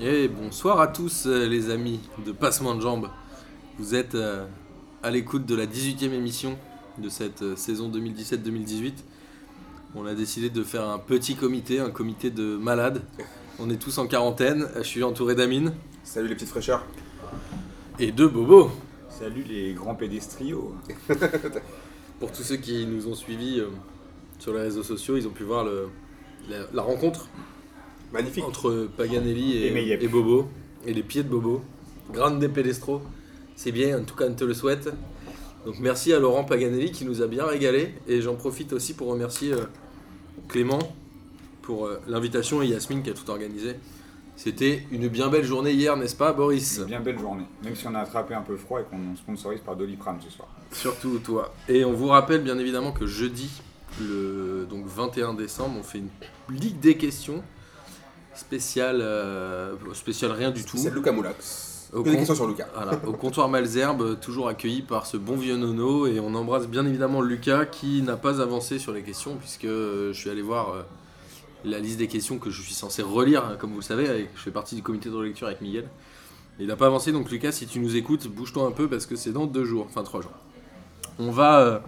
Et bonsoir à tous euh, les amis de Passement de Jambes. Vous êtes euh, à l'écoute de la 18e émission de cette euh, saison 2017-2018. On a décidé de faire un petit comité, un comité de malades. On est tous en quarantaine, je suis entouré d'Amine Salut les petites fraîcheurs. et de Bobo. Salut les grands pédestriaux. Pour tous ceux qui nous ont suivis euh, sur les réseaux sociaux, ils ont pu voir le- la- la rencontre Magnifique. Oh, entre Paganelli Et et, Mayep. et Bobo, et les pieds de Bobo. Grande Pedestro, c'est bien, en tout cas on te le souhaite. Donc merci à Laurent Paganelli qui nous a bien régalé, et j'en profite aussi pour remercier euh, Clément pour euh, l'invitation et Yasmine qui a tout organisé. C'était une bien belle journée hier, n'est-ce pas Boris Une bien belle journée. Même si on a attrapé un peu froid et qu'on sponsorise par Doliprane ce soir. Surtout toi. Et on vous rappelle bien évidemment que jeudi, le donc 21 décembre, on fait une ligue des questions spéciale, euh, spéciale rien du tout. C'est Lucas Moulax. Au Que des con- questions sur Lucas. Voilà, au comptoir Malzerbe, toujours accueilli par ce bon vieux Nono. Et on embrasse bien évidemment Lucas qui n'a pas avancé sur les questions, puisque euh, je suis allé voir euh, la liste des questions que je suis censé relire, hein, comme vous le savez. avec- je fais partie du comité de relecture avec Miguel. Et Il n'a pas avancé, donc Lucas, si tu nous écoutes, bouge-toi un peu parce que c'est dans deux jours, enfin trois jours. On va euh,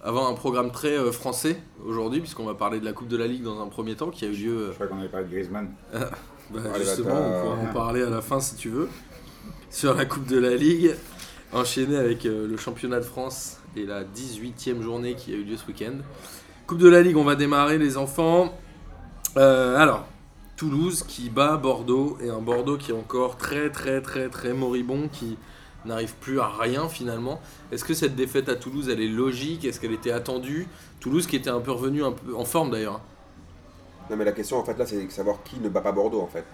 avoir un programme très euh, français aujourd'hui, puisqu'on va parler de la Coupe de la Ligue dans un premier temps qui a eu lieu. euh, Je crois qu'on avait parlé de Griezmann. bah, Allez, justement, on bâtard. pourra en parler à la fin si tu veux. Sur la Coupe de la Ligue, enchaîné avec euh, le championnat de France et la 18e journée qui a eu lieu ce week-end. Coupe de la Ligue, on va démarrer les enfants. Euh, alors, Toulouse qui bat Bordeaux et un Bordeaux qui est encore très très très très moribond, qui n'arrive plus à rien finalement. Est-ce que cette défaite à Toulouse, elle est logique Est-ce qu'elle était attendue Toulouse qui était un peu revenu un peu en forme d'ailleurs. hein. Non mais la question en fait là c'est de savoir qui ne bat pas Bordeaux en fait.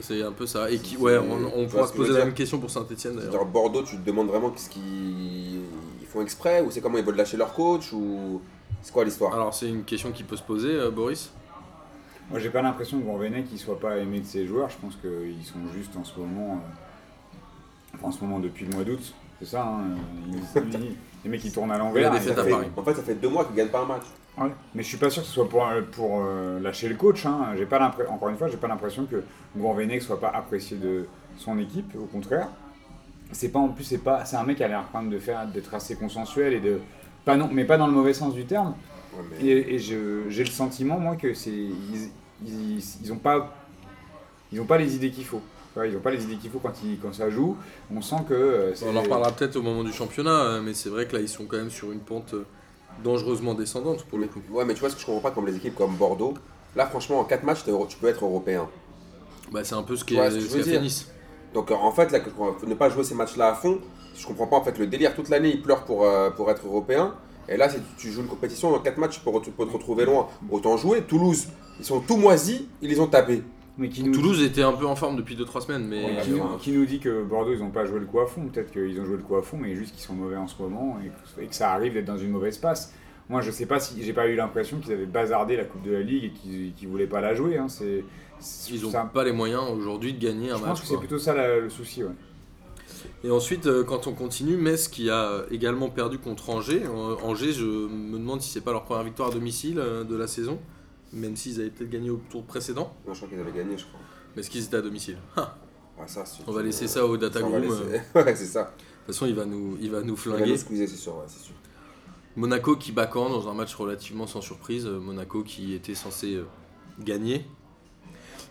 C'est un peu ça. Et qui, C'est- ouais, on, on tu pourra vois se ce que je poser veux la dire même question pour Saint-Etienne d'ailleurs. C'est-à-dire Bordeaux tu te demandes vraiment qu'est-ce qu'ils ils font exprès ou c'est comment ils veulent lâcher leur coach ou c'est quoi l'histoire Alors, c'est une question qui peut se poser, euh, Boris. Moi j'ai pas l'impression que Gourvenec ne soit pas aimé de ses joueurs. Je pense qu'ils sont juste en ce moment. euh, enfin, en ce moment depuis le mois d'août. C'est ça, hein, euh, ils- ils- les mecs qui tournent à l'envers. hein, La défaite ils- à Ça fait- Paris. En fait ça fait deux mois qu'ils gagnent pas un match. Ouais. Mais je suis pas sûr que ce soit pour, euh, pour euh, lâcher le coach. hein. J'ai pas l'impre- Encore une fois, j'ai pas l'impression que Gourvenec soit pas apprécié de son équipe. Au contraire, c'est pas en plus c'est pas c'est un mec qui a l'air quand même de faire d'être assez consensuel et de pas non mais pas dans le mauvais sens du terme. Ouais, mais- Et, et je- j'ai le sentiment moi que c'est ils, ils, ils ont pas ils ont pas les idées qu'il faut. Ouais, ils ont pas les idées qu'il faut quand ils quand ça joue. On sent que euh, c'est- On en reparlera peut-être au moment du championnat, euh, mais c'est vrai que là, ils sont quand même sur une pente euh, dangereusement descendante pour le coup. Ouais mais tu vois ce que je comprends pas comme les équipes comme Bordeaux. Là franchement en quatre matchs t'es euro- tu peux être européen. Bah, c'est un peu ce qui Tu vois est ce que je ce veux qu'a fait dire Nice. Donc euh, en fait là, que- ne pas jouer ces matchs là à fond, je comprends pas en fait le délire. Toute l'année ils pleurent pour, euh, pour être européen. Et là si tu, tu joues une compétition, dans quatre matchs tu peux, re- tu peux te retrouver loin. Autant jouer. Toulouse, ils sont tout moisis, ils les ont tapés. mais qui nous Toulouse était un peu en forme depuis 2-3 semaines, mais. Et Ouais, qui, ouais. nous, qui nous dit que Bordeaux, ils n'ont pas joué le coup à fond. Peut-être qu'ils ont joué le coup à fond, mais juste qu'ils sont mauvais en ce moment et que, et que ça arrive d'être dans une mauvaise passe. Moi, je sais pas si j'ai pas eu l'impression qu'ils avaient bazardé la Coupe de la Ligue et qu'ils qu'ils voulaient pas la jouer. hein. C'est, c'est- Ils n'ont ça- pas les moyens aujourd'hui de gagner je un pense match. que quoi. c'est plutôt ça la- le souci. ouais. Et ensuite, euh, quand on continue, Metz qui a euh, également perdu contre Angers. Euh, Angers, je me demande si c'est pas leur première victoire à domicile euh, de la saison, même s'ils avaient peut-être gagné au tour précédent. Non, je crois qu'ils avaient gagné, je crois. Mais est-ce qu'ils étaient à domicile Ah, ça, c'est- On va laisser ça au on Data va Groom, euh, laisser- ouais, c'est ça. De toute façon, il va nous, il va nous On va nous flinguer. squeezer, c'est sûr. ouais, c'est sûr. Monaco qui bat Caen dans un match relativement sans surprise. euh, Monaco qui était censé euh, gagner.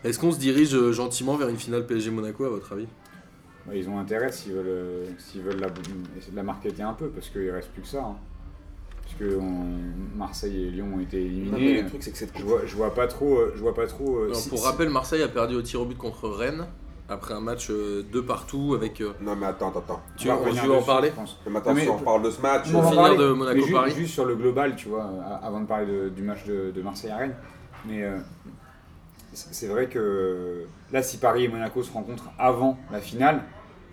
Est-ce qu'on se dirige euh, gentiment vers une finale PSG Monaco à votre avis Euh, Ouais, ils ont intérêt s'ils veulent, euh, s'ils veulent la, essayer de la marketer un peu, parce qu'il reste plus que ça. hein. Parce que on- Marseille et Lyon ont été Non, mais éliminés. le truc, c'est que cette Je coupe. vois, je vois pas trop. euh, Je vois pas trop. euh, Alors, si- Pour si- rappel, Marseille a perdu au tir au but contre Rennes après un match euh, deux partout avec. euh, Non, mais attends, attends, attends. tu on va veux- revenir tu veux en dessus, parler je pense. Mais maintenant, Mais- si on parle de ce match, On va en finir parler. de Monaco Mais ju- Paris. juste, sur le global, tu vois, a- avant de parler de- du match de, de Marseille à Rennes. Mais euh, c'est c'est vrai que là, si Paris et Monaco se rencontrent avant la finale,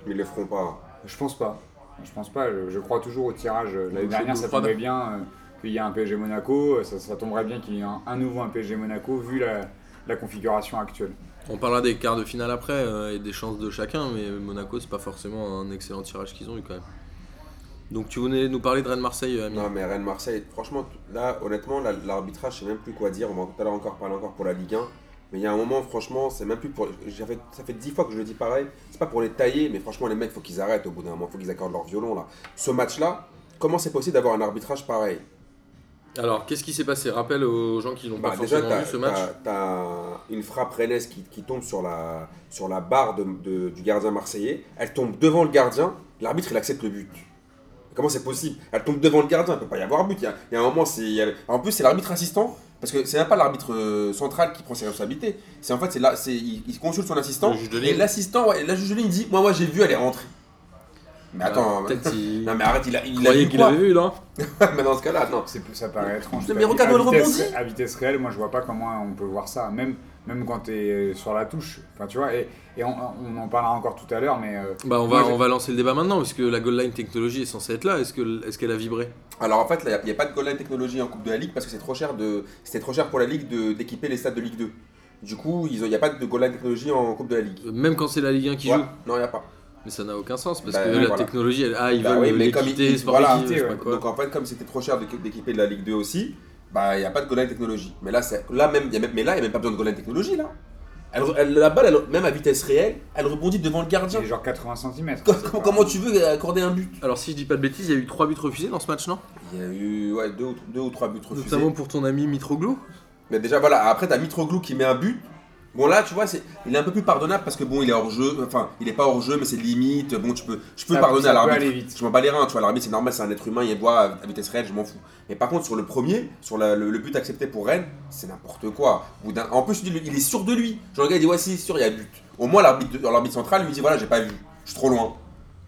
ils le feront pas. hein. je pense pas. Je pense pas. Je, je crois toujours au tirage. L'année Je- dernière, je ça crois tombait bien euh, qu'il y ait un PSG Monaco. Ça, ça tomberait bien qu'il y ait un, un nouveau un PSG Monaco vu la, la configuration actuelle. On parlera des quarts de finale après euh, et des chances de chacun, mais Monaco c'est pas forcément un excellent tirage qu'ils ont eu quand même. Donc tu voulais nous parler de Rennes Marseille, Amine Non, mais Rennes-Marseille, franchement, là, honnêtement, la- l'arbitrage, je sais même plus quoi dire. On va tout à l'heure encore parler encore pour la Ligue 1. Mais il y a un moment, franchement, c'est même plus pour. j'avais- Ça fait dix fois que je le dis pareil. C'est pas pour les tailler, mais franchement, les mecs, faut qu'ils arrêtent au bout d'un moment. Faut qu'ils accordent leur violon là. Ce match-là, comment c'est possible d'avoir un arbitrage pareil Alors, qu'est-ce qui s'est passé Rappel aux gens qui n'ont Bah, pas déjà, forcément t'as vu ce match. t'as- t'as une frappe Rennes qui, qui tombe sur la, sur la barre de- de- du gardien marseillais. Elle tombe devant le gardien. L'arbitre, il accepte le but. Comment c'est possible Elle tombe devant le gardien. Il peut pas y avoir but. Il y a, il y a un moment, c'est. il y a- En plus, c'est l'arbitre assistant. Parce que c'est même pas l'arbitre euh, central qui prend ses responsabilités. C'est en fait, c'est là, c'est il, il consulte son assistant. Le juge de ligne. Et l'assistant, ouais, la juge de ligne, il dit, moi, moi, j'ai vu, elle est rentrée. Mais attends, Euh, peut-être qu'il non mais arrête, il a, il a croyait vu qu'il avait quoi vu là. Mais dans ce cas-là, non. C'est plus- ça paraît étrange. Mais Parce regarde qu'à où elle vitesse- rebondit. À vitesse réelle, moi je vois pas comment on peut voir ça, même, même quand t'es sur la touche. Enfin, tu vois, et, et on, on en parlera encore tout à l'heure, mais euh, Bah, on va, Moi, j'ai- on va lancer le débat maintenant, parce que la goal line technologie est censée être là. Est-ce que- est-ce qu'elle a vibré Alors en fait, il n'y a pas de goal line technologie en Coupe de la Ligue parce que c'est trop cher de, c'était trop cher pour la Ligue de- d'équiper les stades de Ligue 2. Du coup, il n'y a pas de goal line technologie en Coupe de la Ligue. Même quand c'est la Ligue 1 qui Ouais. joue Non, il n'y a pas. Mais ça n'a aucun sens, parce Bah, que oui, la voilà. technologie, elle, ah, ils Bah veulent oui, euh, mais comme l'équité, ils- sport voilà. équité, je sais pas quoi. Donc en fait, comme c'était trop cher de- d'équiper la Ligue 2 aussi, bah il n'y a pas de goal line technologie. Mais là, c'est- là même, y a même, mais là, il n'y a même pas besoin de goal line technologie là. Elle re- elle- la balle, elle- même à vitesse réelle, elle rebondit devant le gardien. c'est genre 80 cm. Comment, comment tu veux accorder un but Alors, si je dis pas de bêtises, il y a eu 3 buts refusés dans ce match, non Il y a eu ouais, deux, ou, deux ou trois buts refusés. Notamment pour ton ami Mitroglou. Mais déjà, voilà, après, t'as Mitroglou qui met un but. Bon, là, tu vois, c'est, il est un peu plus pardonnable parce que bon, il est hors jeu. Enfin, il est pas hors jeu, mais c'est limite. Bon, tu peux, je peux Ça- pardonner ça à peut l'arbitre. aller vite. Je m'en bats les reins, tu vois. L'arbitre, c'est normal, c'est un être humain, il boit à à vitesse réelle, je m'en fous. Mais par contre, sur le premier, sur la- le, le but accepté pour Rennes, c'est n'importe quoi. Au bout d'un- en plus, je dis, le- il est sûr de lui. Genre, le gars, il dit, ouais, si, sûr, il y a but. Au moins, l'arbitre, de- l'arbitre central lui dit, voilà, j'ai pas vu, je suis trop loin.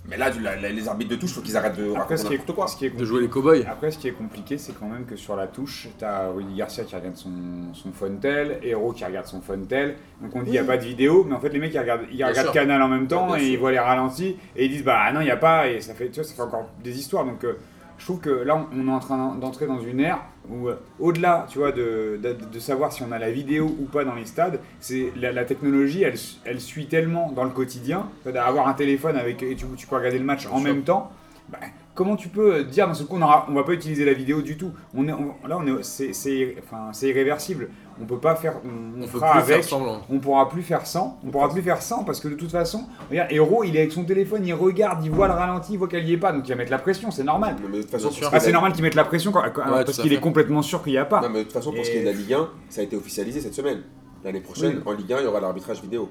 Mais là, tu- la- la- les arbitres de touche, faut qu'ils arrêtent de Après, raconter ce qui, n'importe est, quoi. ce qui est de jouer les cowboys. Après, ce qui est compliqué, c'est quand même que sur la touche, t'as Rudy Garcia qui regarde son, son Funtel, Hero qui regarde son Funtel. Donc on dit il n'y a pas de vidéo, mais en fait, les mecs ils regardent, ils Bien regardent sûr. Canal en même temps Bien et sûr. ils voient les ralentis et ils disent bah ah non, il n'y a pas. Et ça fait, tu vois, ça fait encore des histoires. Donc euh, je trouve que là, on on est en train d'entrer dans une ère où, euh, au-delà tu vois, de, de, de savoir si on a la vidéo ou pas dans les stades, c'est la, la technologie, elle, su- elle suit tellement dans le quotidien. Avoir un téléphone avec, et tu, tu peux regarder le match sûr. en même temps. Bah, comment tu peux euh, dire parce qu'on aura, on va pas utiliser la vidéo du tout. On est, on- là, on est, c'est, c'est- enfin, c'est irréversible. On peut pas faire, on, on On peut Ah, fera plus avec. faire semblant. on pourra plus faire sans, on pourra plus faire sans parce que de toute façon, regarde, Hero, il est avec son téléphone, il regarde, il voit le ralenti, il voit qu'elle y est pas, donc il va mettre la pression, c'est normal. Non, mais de toute façon, Bien sûr. parce que Ah, c'est la- normal qu'il mette la pression quand- quand- Ouais, parce tout à qu'il fait. est complètement sûr qu'il n'y a pas. Non, mais de toute façon, pour ce qui est de la Ligue 1, ça a été officialisé cette semaine. L'année prochaine, Oui. en Ligue 1, il y aura l'arbitrage vidéo.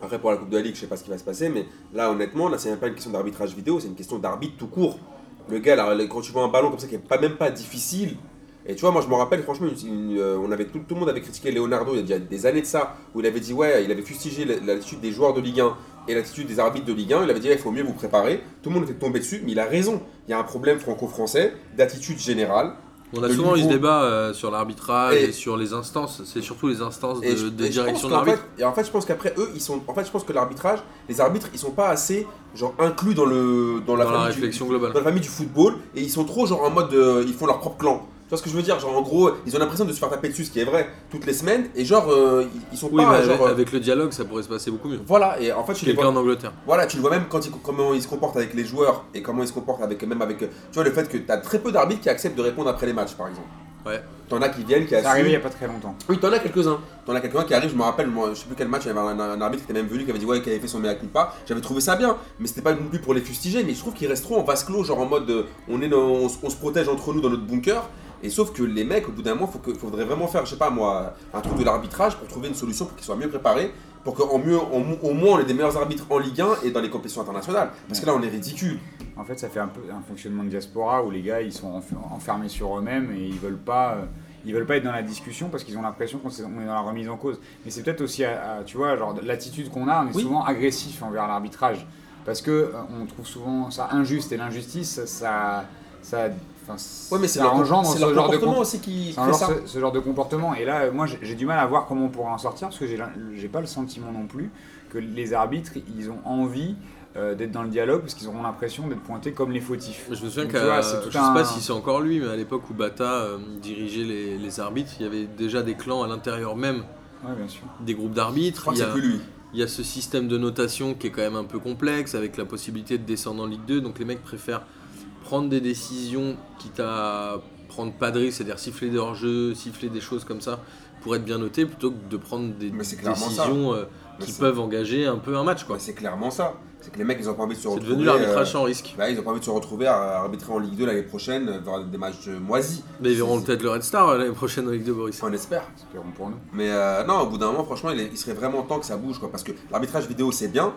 Après, pour la Coupe de la Ligue, je sais pas ce qui va se passer, mais là, honnêtement, là, c'est même pas une question d'arbitrage vidéo, c'est une question d'arbitre tout court. Le gars, là, quand tu vois un ballon comme ça qui est pas, même pas difficile, et tu vois, moi je me rappelle, franchement, une- une- euh, on avait tout, tout le monde avait critiqué Leonardo il y a déjà des années de ça, où il avait dit, ouais, il avait fustigé la- l'attitude des joueurs de Ligue 1 et l'attitude des arbitres de Ligue 1. Il avait dit, Ouais, il faut mieux vous préparer. Tout le monde était tombé dessus, mais il a raison. Il y a un problème franco-français d'attitude générale. On a Le souvent eu ce niveau- débat euh, sur l'arbitrage Et- et... sur les instances. C'est surtout les instances Et de, je- de et je direction de pense qu'en l'arbitre. fait- et en fait, je pense qu'après eux, ils sont. En fait, je pense que l'arbitrage, les arbitres, ils sont pas assez genre inclus dans le dans la, Dans la famille du- réflexion globale. dans la famille du football et ils sont trop genre en mode euh, ils font leur propre clan. Tu vois ce que je veux dire Genre en gros, ils ont l'impression de se faire taper dessus, ce qui est vrai, toutes les semaines et genre euh, ils, ils sont Oui, pas mais genre, avec, euh, avec le dialogue, ça pourrait se passer beaucoup mieux. voilà et en fait tu les vois- Quelqu'un en Angleterre. voilà, tu le vois même quand il- comment ils se comportent avec les joueurs et comment ils se comportent avec même avec euh, tu vois le fait que tu as très peu d'arbitres qui acceptent de répondre après les matchs par exemple. Ouais. T'en as qui viennent qui C'est arrivé il assument n'y a pas très longtemps. oui, t'en as quelques-uns. T'en as quelqu'un qui arrive, je me rappelle, moi, je sais plus quel match, il y avait un, un arbitre qui était même venu, qui avait dit ouais, qui avait fait son mea culpa. J'avais trouvé ça bien, mais c'était pas non plus pour les fustiger, mais je trouve qu'ils restent trop en vase clos, genre en mode euh, on, est dans- on, se- on se protège entre nous dans notre bunker. Et sauf que les mecs, au bout d'un moment, faut que, faudrait vraiment faire, je sais pas moi, un truc de l'arbitrage pour trouver une solution pour qu'ils soient mieux préparés, pour qu'au mieux, au mo- au moins, on ait des meilleurs arbitres en Ligue 1 et dans les compétitions internationales. Parce que là, on est ridicule. En fait, ça fait un peu un fonctionnement de diaspora où les gars ils sont enf- enfermés sur eux-mêmes et ils veulent pas, euh, ils veulent pas être dans la discussion parce qu'ils ont l'impression qu'on s'est- on est dans la remise en cause. Mais c'est peut-être aussi, à- à- tu vois, genre l'attitude qu'on a, on est Oui. souvent agressif envers l'arbitrage parce que euh, on trouve souvent ça injuste et l'injustice, ça, ça, enfin, Ouais, mais c'est ça leur, engendre c'est ce leur genre de comportement comportement. aussi qui C'est un fait genre ça. ce, ce genre de comportement. Et là, euh, moi, j'ai j'ai du mal à voir comment on pourra en sortir parce que j'ai l'in- j'ai pas le sentiment non plus que les arbitres, ils ont envie euh, d'être dans le dialogue parce qu'ils auront l'impression d'être pointés comme les fautifs. Je me souviens Donc, qu'à. tu vois, c'est Je tout sais un- pas si c'est encore lui, mais à l'époque où Bata euh, dirigeait les, les arbitres, il y avait déjà des clans à l'intérieur même Ouais, bien sûr. des groupes Je d'arbitres. crois Il que y c'est a- plus lui. Il y a ce système de notation qui est quand même un peu complexe avec la possibilité de descendre en Ligue 2. Donc les mecs préfèrent prendre des décisions quitte à prendre pas de risque, c'est-à-dire siffler des hors-jeux, siffler des choses comme ça pour être bien noté plutôt que de prendre des Mais c'est clairement décisions euh, Mais qui c'est- peuvent engager un peu un match. quoi. Bah, c'est clairement ça. C'est que les mecs, ils ont pas envie de se C'est retrouver. devenu l'arbitrage euh, sans risque. bah, ils ont pas envie de se retrouver à arbitrer en Ligue 2 l'année prochaine, euh, dans des matchs euh, moisis. Mais ils verront C'est- peut-être le Red Star euh, l'année prochaine en Ligue de Boris. On espère. Espérons pour nous. Mais euh, non, au bout d'un moment, franchement, il, est- il serait vraiment temps que ça bouge, quoi. Parce que l'arbitrage vidéo, c'est bien,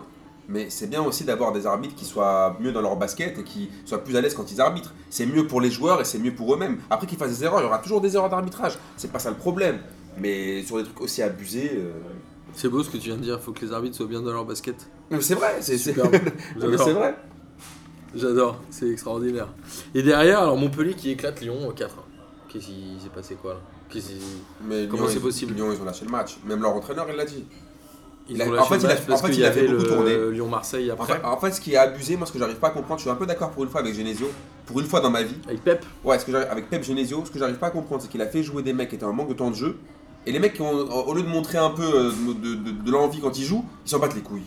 mais c'est bien aussi d'avoir des arbitres qui soient mieux dans leur basket et qui soient plus à l'aise quand ils arbitrent. C'est mieux pour les joueurs et c'est mieux pour eux-mêmes. Après qu'ils fassent des erreurs, il y aura toujours des erreurs d'arbitrage. C'est pas ça le problème. Mais sur des trucs aussi abusés. euh, C'est beau ce que tu viens de dire, faut que les arbitres soient bien dans leur basket. non, mais c'est vrai, c'est c'est- Superbe. Non, mais c'est J'adore, vrai. j'adore, c'est extraordinaire. Et derrière, alors Montpellier qui éclate Lyon en 4-1. Qu'est-ce qui s'est passé quoi là Qu'est-ce qui- Mais Comment Lyon, c'est ils- possible Lyon, ils ont lâché le match. Même leur entraîneur, il l'a dit. Ils Il a- ont en lâché fait, le il a- match en parce fait, qu'il il y a fait avait beaucoup tourner. le Lyon-Marseille En après. fait, en fait, ce qui est abusé, moi, ce que j'arrive pas à comprendre, je suis un peu d'accord pour une fois avec Genesio, pour une fois dans ma vie. Avec Pep, Ouais, ce que j'arrive- avec Pep Genesio, ce que j'arrive pas à comprendre, c'est qu'il a fait jouer des mecs qui étaient en manque de temps de jeu, et les mecs qui ont, au lieu de montrer un peu euh, de, de- de l'envie quand ils jouent, ils s'en battent les couilles.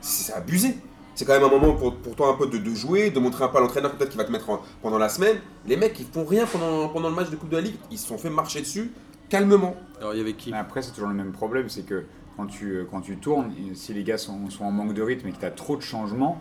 C'est c'est abusé. C'est quand même un moment pour, pour toi un peu de, de jouer, de montrer un peu à l'entraîneur peut-être qu'il va te mettre en- pendant la semaine. Les mecs, ils font rien pendant, pendant le match de Coupe de la Ligue, ils se sont fait marcher dessus calmement. alors il y avait qui Mais après, c'est toujours le même problème, c'est que quand tu, euh, quand tu tournes, et si les gars sont, sont en manque de rythme et que tu as trop de changements,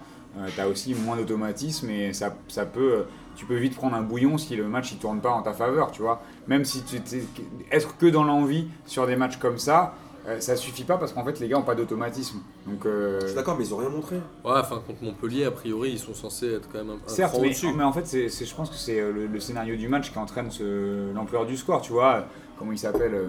tu as aussi moins d'automatisme et ça, ça peut, euh, tu peux vite prendre un bouillon si le match il tourne pas en ta faveur, tu vois. Même si tu t'es- être que dans l'envie sur des matchs comme ça, euh, ça suffit pas parce qu'en fait les gars ont pas d'automatisme. Donc euh, Je suis d'accord, mais ils ont rien montré. Ouais, enfin contre Montpellier, a priori, ils sont censés être quand même un, un Certes, cran mais, au-dessus. mais en fait, c'est, c'est- je pense que c'est euh, le, le scénario du match qui entraîne ce- l'ampleur du score, tu vois. Euh, Comment il s'appelle euh,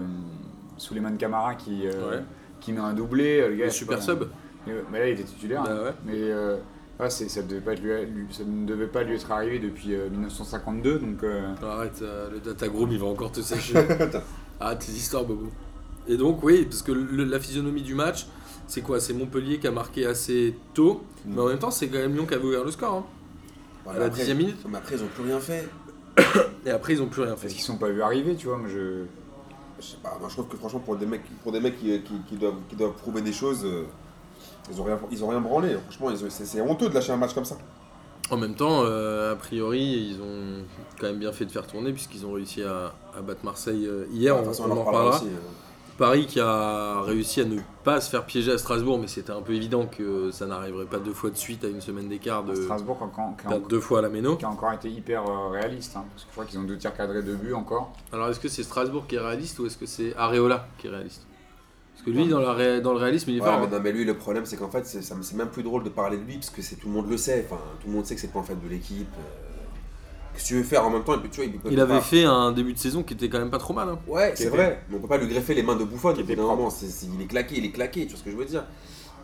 Souleymane Camara qui, euh, Ouais. qui met un doublé. euh, Le gars, Le je sais super pas, sub. euh, mais là, il était titulaire. Bah hein. ouais. Mais euh, ouais, c'est- ça, devait pas lui- lui- ça ne devait pas lui être arrivé depuis euh, 1952, donc euh, Non, Arrête, euh, le datagroom il va encore te sécher. Arrête tes histoires, Bobo. Et donc, oui, parce que le- la physionomie du match, c'est quoi C'est Montpellier qui a marqué assez tôt, Mm. mais en même temps, c'est quand même Lyon qui avait ouvert le score. hein. Voilà, à la après, 10 minute. mais après, ils ont plus rien fait. Et après, ils n'ont plus rien parce fait. qu'ils sont pas vus arriver, tu vois. Moi, je... Je sais pas, moi je trouve que franchement, pour des mecs, pour des mecs qui, qui- qui doivent, qui doivent prouver des choses, euh, ils, ont rien, ils ont rien branlé. Franchement, ils ont- c'est c'est honteux de lâcher un match comme ça. En même temps, euh, a priori, ils ont quand même bien fait de faire tourner, puisqu'ils ont réussi à, à battre Marseille euh, hier. Ah, De on, toute façon, on en reparlera reparlera. aussi, euh. Paris qui a réussi à ne pas se faire piéger à Strasbourg, mais c'était un peu évident que ça n'arriverait pas deux fois de suite à une semaine d'écart de Strasbourg, quand, quand- quand- perdre deux fois à la Méno. qui a encore été hyper euh, réaliste, hein, parce que je crois qu'ils ont deux tirs cadrés, deux buts encore. Alors est-ce que c'est Strasbourg qui est réaliste ou est-ce que c'est Areola qui est réaliste Parce que lui, dans, la ré- dans le réalisme, il est Ouais, fort. mais, hein. non, mais lui, le problème, c'est qu'en fait, c'est ça me- c'est même plus drôle de parler de lui parce que c'est- tout le monde le sait. Enfin, tout le monde sait que c'est pas un fan de l'équipe. euh. Qu'est-ce que tu veux faire en même temps et puis, tu vois, il, peut Il avait pas- fait un début de saison qui était quand même pas trop mal. hein. Ouais, c'est était- vrai. Mais on peut pas lui greffer les mains de bouffon. Qui Au bout était d'un moment, c'est- c'est- il est claqué, il est claqué. Tu vois ce que je veux dire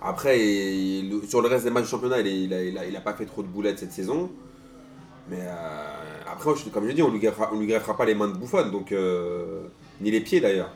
Après, il- le- sur le reste des matchs du championnat, il, est- il a, il a- il a pas fait trop de boulettes cette saison. Mais euh, après, je- comme je dis, on lui greffera, on lui greffera pas les mains de bouffon, donc euh, ni les pieds d'ailleurs.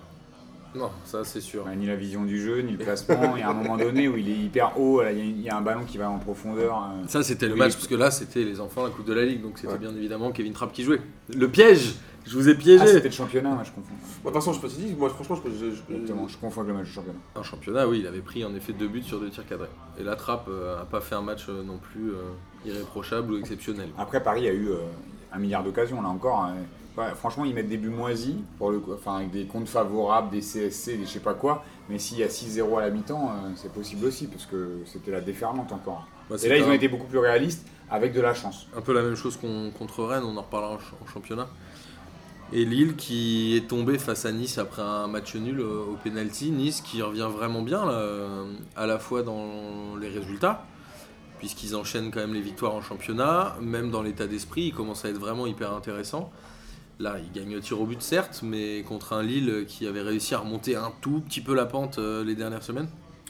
Non, ça c'est sûr. Ouais, ni la vision du jeu, ni le placement. Il y a un moment donné où il est hyper haut, là, il y a- il y, a un ballon qui va en profondeur. euh. Ça c'était le Oui. match, parce que là c'était les enfants, la Coupe de la Ligue, donc c'était Ouais. bien évidemment Kevin Trapp qui jouait. Le piège Je vous ai Ah, piégé c'était le championnat, moi, je confonds. Moi, de toute façon, je peux te dire, moi, franchement, je peux. je- je- Exactement, je confonds avec le match du championnat. En championnat, oui, il avait pris en effet deux buts sur deux tirs cadrés. Et la Trapp euh, a pas fait un match euh, non plus euh, irréprochable ou exceptionnel. Après, Paris a eu euh, un milliard d'occasions, là encore. hein. Ouais, franchement, ils mettent des buts moisis, pour le coup, enfin, avec des comptes favorables, des CSC, des je sais pas quoi. Mais s'il y a 6-0 à la mi-temps, euh, c'est possible aussi, parce que c'était la déferlante encore. Bah, Et c'est là, ils un- ont été beaucoup plus réalistes, avec de la chance. un peu la même chose qu'on contre Rennes, on en reparlera en, ch- en championnat. Et Lille qui est tombé face à Nice après un match nul euh, au penalty. Nice qui revient vraiment bien là, euh, à la fois dans les résultats, puisqu'ils enchaînent quand même les victoires en championnat, même dans l'état d'esprit, ils commencent à être vraiment hyper intéressants. Là, ils gagnent au tir au but certes, mais contre un Lille qui avait réussi à remonter un tout petit peu la pente euh, les dernières semaines.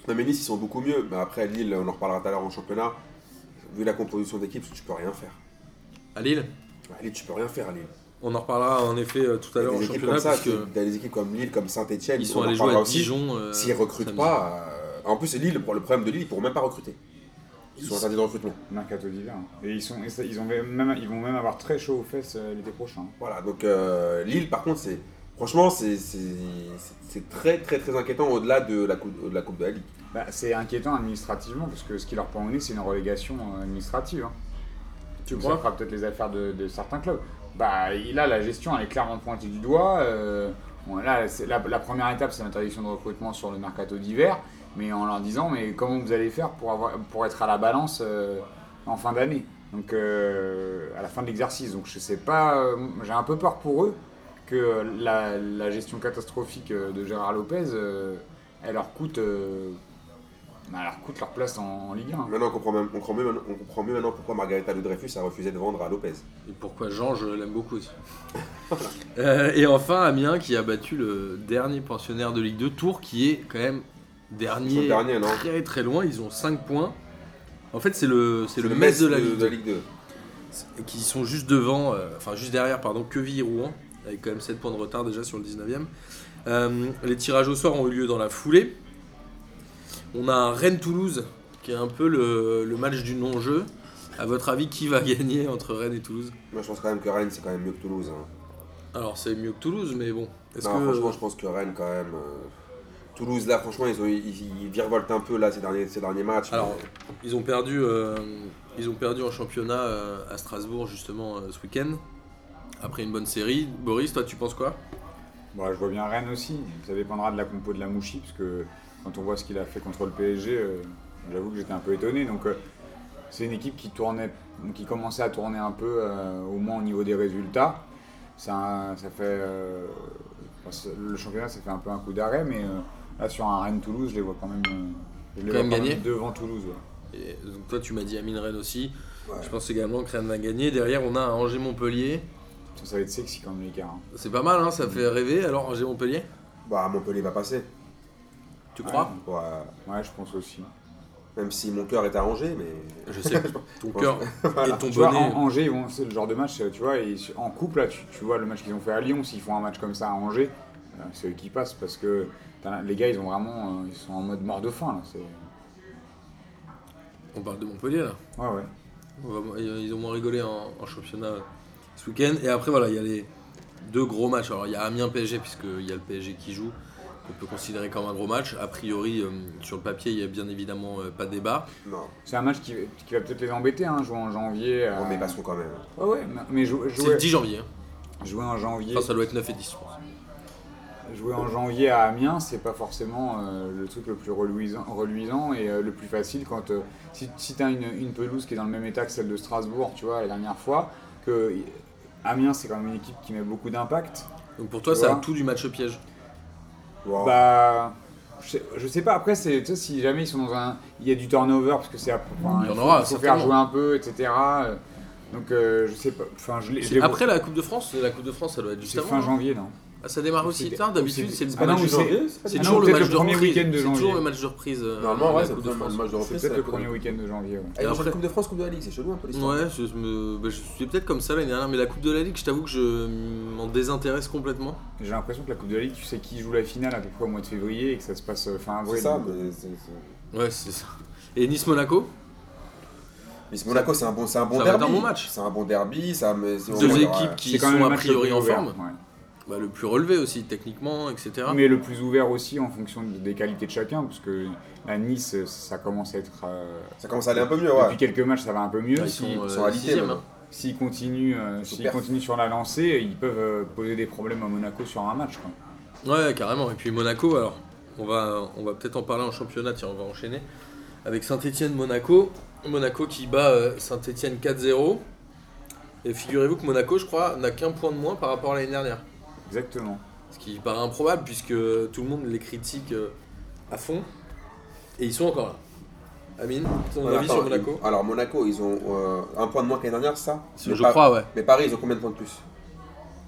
Non, mais Nice, ils sont beaucoup mieux. Mais après, Lille, on en reparlera tout à l'heure en championnat. Vu la composition d'équipe, tu peux rien faire. À Lille, À Lille, tu peux rien faire à Lille. on en reparlera en effet euh, tout à l'heure en des équipes championnat, comme ça, parce tu- que t'as des équipes comme Lille, comme Saint-Etienne, ils sont on en allés jouer parlera à aussi. Dijon. euh, S'ils recrutent samedi. pas, euh, en plus Lille, pour le problème de Lille, ils pourront même pas recruter. Ils sont interdits de recrutement. Mercato d'hiver. hein. Et, ils, sont, et ça- ils, ont même, ils vont même avoir très chaud aux fesses euh, l'été prochain. Voilà, donc euh, Lille, par contre, c'est franchement, c'est c'est- c'est- c'est très très très inquiétant au-delà de la coupe de la, coupe de la Ligue. Bah, c'est inquiétant administrativement, parce que ce qui leur prend au nez, c'est une relégation euh, administrative. hein. Tu Donc, crois Ça fera peut-être les affaires de, de certains clubs. Bah, il a la gestion, elle est clairement pointée du doigt. euh, Bon, là, c'est- la, la première étape, c'est l'interdiction de recrutement sur le mercato d'hiver, mais en leur disant, mais comment vous allez faire pour, avoir, pour être à la balance euh, en fin d'année Donc, euh, à la fin de l'exercice. Donc, je sais pas, euh, j'ai un peu peur pour eux que la, la gestion catastrophique euh, de Gérard Lopez, euh, elle leur coûte. euh, bah, elle leur coûte leur place en, en Ligue hein. Ah. 1. Maintenant, on comprend, même- on comprend mieux, maintenant- on comprend mieux maintenant pourquoi Margarita de Dreyfus a refusé de vendre à Lopez. Et pourquoi Jean, je l'aime beaucoup aussi. Euh, et enfin, Amiens qui a battu le dernier pensionnaire de Ligue 2, Tours, qui est quand même Ils sont dernier, derniers, non très très loin. Ils ont 5 points. En fait, c'est le, c'est le, Metz Metz de la Ligue 2. Ligue 2. qui sont juste devant, euh, enfin juste derrière, pardon, Queville et Rouen, avec quand même 7 points de retard déjà sur le 19ème. Euh, les tirages au sort ont eu lieu dans la foulée. On a un Rennes-Toulouse, qui est un peu le, le match du non-jeu. À votre avis, qui va gagner entre Rennes et Toulouse Moi, je pense quand même que Rennes, c'est quand même mieux que Toulouse. hein. Alors c'est mieux que Toulouse, mais bon. Est-ce Non, que franchement, je pense que Rennes, quand même. euh, Toulouse, là, franchement, ils, ont, ils, ils virevoltent un peu là ces derniers, ces derniers matchs. Alors, ils ont perdu, euh, ils ont perdu en championnat euh, à Strasbourg justement euh, ce week-end. Après une bonne série, Boris, toi tu penses quoi Bon, Bah, je vois bien Rennes aussi. Ça dépendra de la compo de la Mouchi, parce que quand on voit ce qu'il a fait contre le PSG, euh, j'avoue que j'étais un peu étonné. Donc, euh, c'est une équipe qui tournait, qui commençait à tourner un peu, euh, au moins au niveau des résultats. Ça, ça fait, euh, enfin, c'est- le championnat, ça fait un peu un coup d'arrêt, mais euh, là sur un Rennes-Toulouse, je les vois quand même, euh, je les Quand vois même quand gagner. même devant Toulouse. ouais. Et donc toi tu m'as dit Amine Rennes aussi. Je pense également que Rennes va gagner. Derrière on a un Angers Montpellier. Ça, ça va être sexy quand même l'écart. hein. C'est pas mal, hein, ça fait rêver. Alors Angers Montpellier, Bah, Montpellier va passer. tu crois Ouais. Ouais, je pense aussi. Même si mon cœur est arrangé, mais. Je sais. Ton pense- cœur et ton Tu vois, bonnet. An- Angers, ils vont- c'est le genre de match, tu vois, et su- en couple, là, tu, tu vois le match qu'ils ont fait à Lyon, s'ils font un match comme ça à Angers, euh, c'est eux qui passent parce que t'as- les gars, ils ont vraiment, euh, ils sont en mode mort de faim, là. c'est- On parle de Montpellier là. Ouais, ouais. On va- Ils ont moins rigolé en, en championnat ce week-end. Et après, voilà, il y a les deux gros matchs. Alors, il y a Amiens-PSG, puisqu'il y a le PSG qui joue, qu'on peut considérer comme un gros match. A priori, euh, sur le papier, il n'y a bien évidemment euh, pas de débat. Non, C'est un match qui, qui va peut-être les embêter, hein, jouer en janvier. euh, on met passons quand même. Ouais, ouais, mais- mais jou- C'est le jouer, 10 janvier. hein. jouer en janvier. Enfin, ça doit être 9 et 10, je pense. Jouer en janvier à Amiens, c'est pas forcément euh, le truc le plus reluisant, reluisant et euh, le plus facile quand euh, si, si t'as une, une pelouse qui est dans le même état que celle de Strasbourg, tu vois, la dernière fois, que Amiens c'est quand même une équipe qui met beaucoup d'impact. Donc, pour toi, Tu ça a vois tout du match au piège. Oh. Wow. Bah, je sais, je sais pas. Après, c'est tu sais, si jamais ils sont dans un, il y a du turnover parce que c'est à- enfin, Il y en faut- aura, faut certainement. faire jouer un peu, etc. euh, Donc euh, je sais pas. Enfin, je, les- je C'est les vois- Après la Coupe de France, la Coupe de France, ça doit être juste c'est fin avant. hein. janvier, non Ah, ça démarre aussi C'est- tard, d'habitude, c'est le Ah non, match mais de c'est- janvier. ah C'est non, toujours le peut-être match le de premier reprise. week-end de C'est toujours janvier. le match de reprise. euh, Normalement, à ouais, la c'est Coupe de le France. match de reprise. C'est c'est peut-être la le Coupe de- premier week-end de janvier. ouais. Ah, ils ont Après- joué la Coupe de France, Coupe de la Ligue, c'est chelou un peu l'histoire. Ouais, je, me- bah, je suis peut-être comme ça l'année dernière, mais la Coupe de la Ligue, je t'avoue que je m'en désintéresse complètement. J'ai l'impression que la Coupe de la Ligue, tu sais qui joue la finale à peu près au mois de février et que ça se passe euh, fin C'est avril. ça, Donc, mais c'est. c'est- Ouais, c'est ça. Et Nice-Monaco Mais c'est Monaco, c'est un bon, c'est un bon Ça va être derby. un bon match. C'est un bon derby. Ça, mais c'est- on Deux verra, équipes ouais. qui c'est quand sont même le a match le priori plus en ouvert, forme. hein ouais. Bah, le plus relevé aussi techniquement, etc. Mais le plus ouvert aussi en fonction des qualités de chacun, parce que à Nice, ça commence à être. euh, Ça commence à aller un peu mieux, depuis ouais. quelques matchs, ça va un peu mieux. Bah, ils Si- sont, euh, Ils sont à sixième, maintenant. hein. S'ils continuent, euh, s'ils Super. continuent sur la lancée, ils peuvent euh, poser des problèmes à Monaco sur un match. quoi. Ouais, carrément. Et puis Monaco, alors, on va, on va peut-être en parler en championnat, tiens, on va enchaîner. Avec Saint-Etienne-Monaco. Monaco qui bat euh, Saint-Etienne 4-0. Et figurez-vous que Monaco, je crois, n'a qu'un point de moins par rapport à l'année dernière. Exactement. Ce qui paraît improbable puisque tout le monde les critique euh, à fond. Et ils sont encore là. Amine, ton Ouais, avis attends, sur Monaco ils- Alors Monaco, ils ont euh, un point de moins que l'année dernière, c'est ça Je Mais je pas- crois, ouais. Mais Paris, ils ont combien de points de plus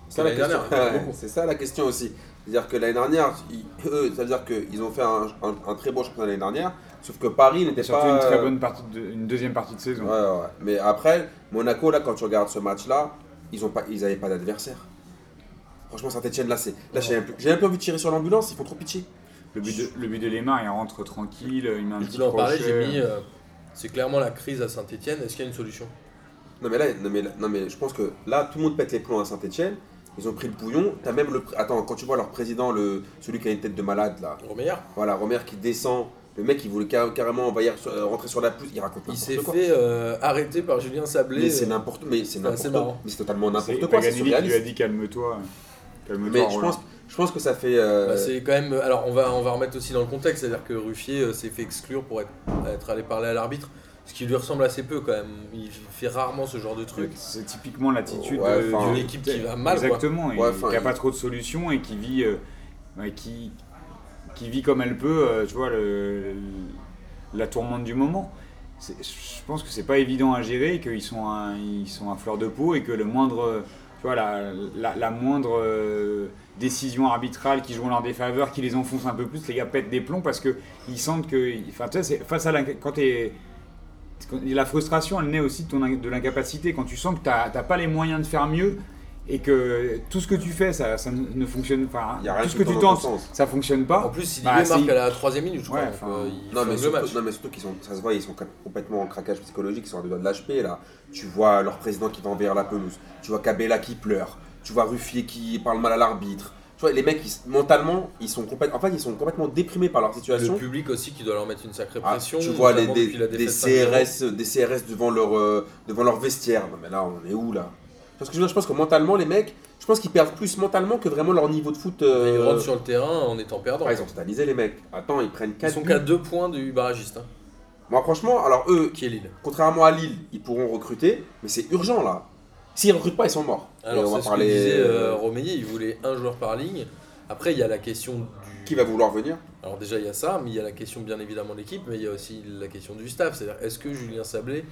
C'est ça, la L'année question. dernière, Ouais, beaucoup. c'est ça la question aussi. C'est-à-dire que l'année dernière, ils- eux, ça veut dire qu'ils ont fait un, un- un très bon championnat l'année dernière, sauf que Paris n'était Et surtout pas. une très euh, bonne partie de- une deuxième partie de saison. Ouais, ouais, ouais. Mais après, Monaco, là, quand tu regardes ce match-là, ils n'avaient pas, ils avaient pas d'adversaire. Franchement, Saint-Etienne, là, c'est. Là, j'ai un peu, j'ai un peu envie de tirer sur l'ambulance, ils font trop pitié. Le but de, le but de Lemar, il rentre tranquille, il met un Je petit voulais en parler, j'ai crochet. mis. euh, c'est clairement la crise à Saint-Etienne. Est-ce qu'il y a une solution Non mais là, non mais, non mais je pense que là, tout le monde pète les plombs à Saint-Etienne. Ils ont pris le bouillon. T'as même le. Attends, quand tu vois leur président, le celui qui a une tête de malade là. Romeyer Voilà, Romer qui descend. Le mec, il voulait ca- carrément envahir, sur- euh, rentrer sur la pousse. Il raconte Il s'est n'importe quoi. fait euh, arrêter par Julien Sablé. Mais c'est euh, n'importe. Mais c'est c'est assez n'importe. marrant. Mais c'est totalement C'est Bah, n'importe quoi. C'est Paganelli qui lui a surréaliste. dit calme-toi. Calme-toi. Mais je Roland. pense, Je pense que ça fait. euh, Bah, c'est quand même. Alors, on va, on va remettre aussi dans le contexte, c'est-à-dire que Ruffier euh, s'est fait exclure pour être, être allé parler à l'arbitre, ce qui lui ressemble assez peu quand même. Il fait rarement ce genre de truc. C'est typiquement l'attitude Ouais, de- enfin, de une équipe qui va mal, quoi. Exactement, et Ouais, enfin, qui n'a il- pas trop de solutions et qui vit, euh, ouais, qui, qui vit comme elle peut, euh, tu vois, le- la tourmente du moment. C'est- Je pense que c'est pas évident à gérer, et qu'ils sont, à- ils sont à fleur de peau et que le moindre, tu vois, la, la- la moindre euh, décision arbitrale qui joue en leur défaveur, qui les enfonce un peu plus, les gars pètent des plombs parce que ils sentent que, enfin, tu sais, c'est- face à la, quand t'es et La frustration, elle naît aussi de, ton in- de l'incapacité. Quand tu sens que tu n'as pas les moyens de faire mieux et que tout ce que tu fais, ça, ça ne ne fonctionne pas. Il y a rien tout ce qui que tu tourne dans tentes, ton sens. ça fonctionne pas. En plus, il Bah, c'est- marque à la troisième minute, je crois. Ouais, donc, enfin, euh, il Non mais, ferme le surtout, match. non, mais surtout qu'ils sont, ça se voit, ils sont quand même complètement en craquage psychologique, ils sont à deux doigts de l'HP là. Tu vois leur président qui va envers la pelouse, tu vois Cabella qui pleure, tu vois Ruffier qui parle mal à l'arbitre. Tu vois, les mecs, ils- mentalement, ils sont, complètement en fait, ils sont complètement déprimés par leur Le situation. public aussi qui doit leur mettre une sacrée Ah, pression. tu vois les, notamment des, depuis la des défaite 5-0. CRS, des CRS devant leur, euh, devant leur vestiaire. Non mais là, on est où là Parce que je, veux dire, je pense que mentalement, les mecs, je pense qu'ils perdent plus mentalement que vraiment leur niveau de foot. euh, Ils rentrent sur le terrain en étant perdants. Ah, ils ont totalisé les mecs. Attends, ils prennent Ils 4 sont qu'à deux points du barragiste, hein, Moi, franchement, alors eux, qui est Lille. Contrairement à Lille, ils pourront recruter, mais c'est urgent là. S'ils recrutent pas, ils sont morts. Et Alors, on va c'est ce que parler, disait euh, euh, Romeilly, il voulait un joueur par ligne. Après, il y a la question du... qui va vouloir venir Alors déjà, il y a ça, mais il y a la question bien évidemment de l'équipe, mais il y a aussi la question du staff. C'est-à-dire, est-ce que Julien Sablé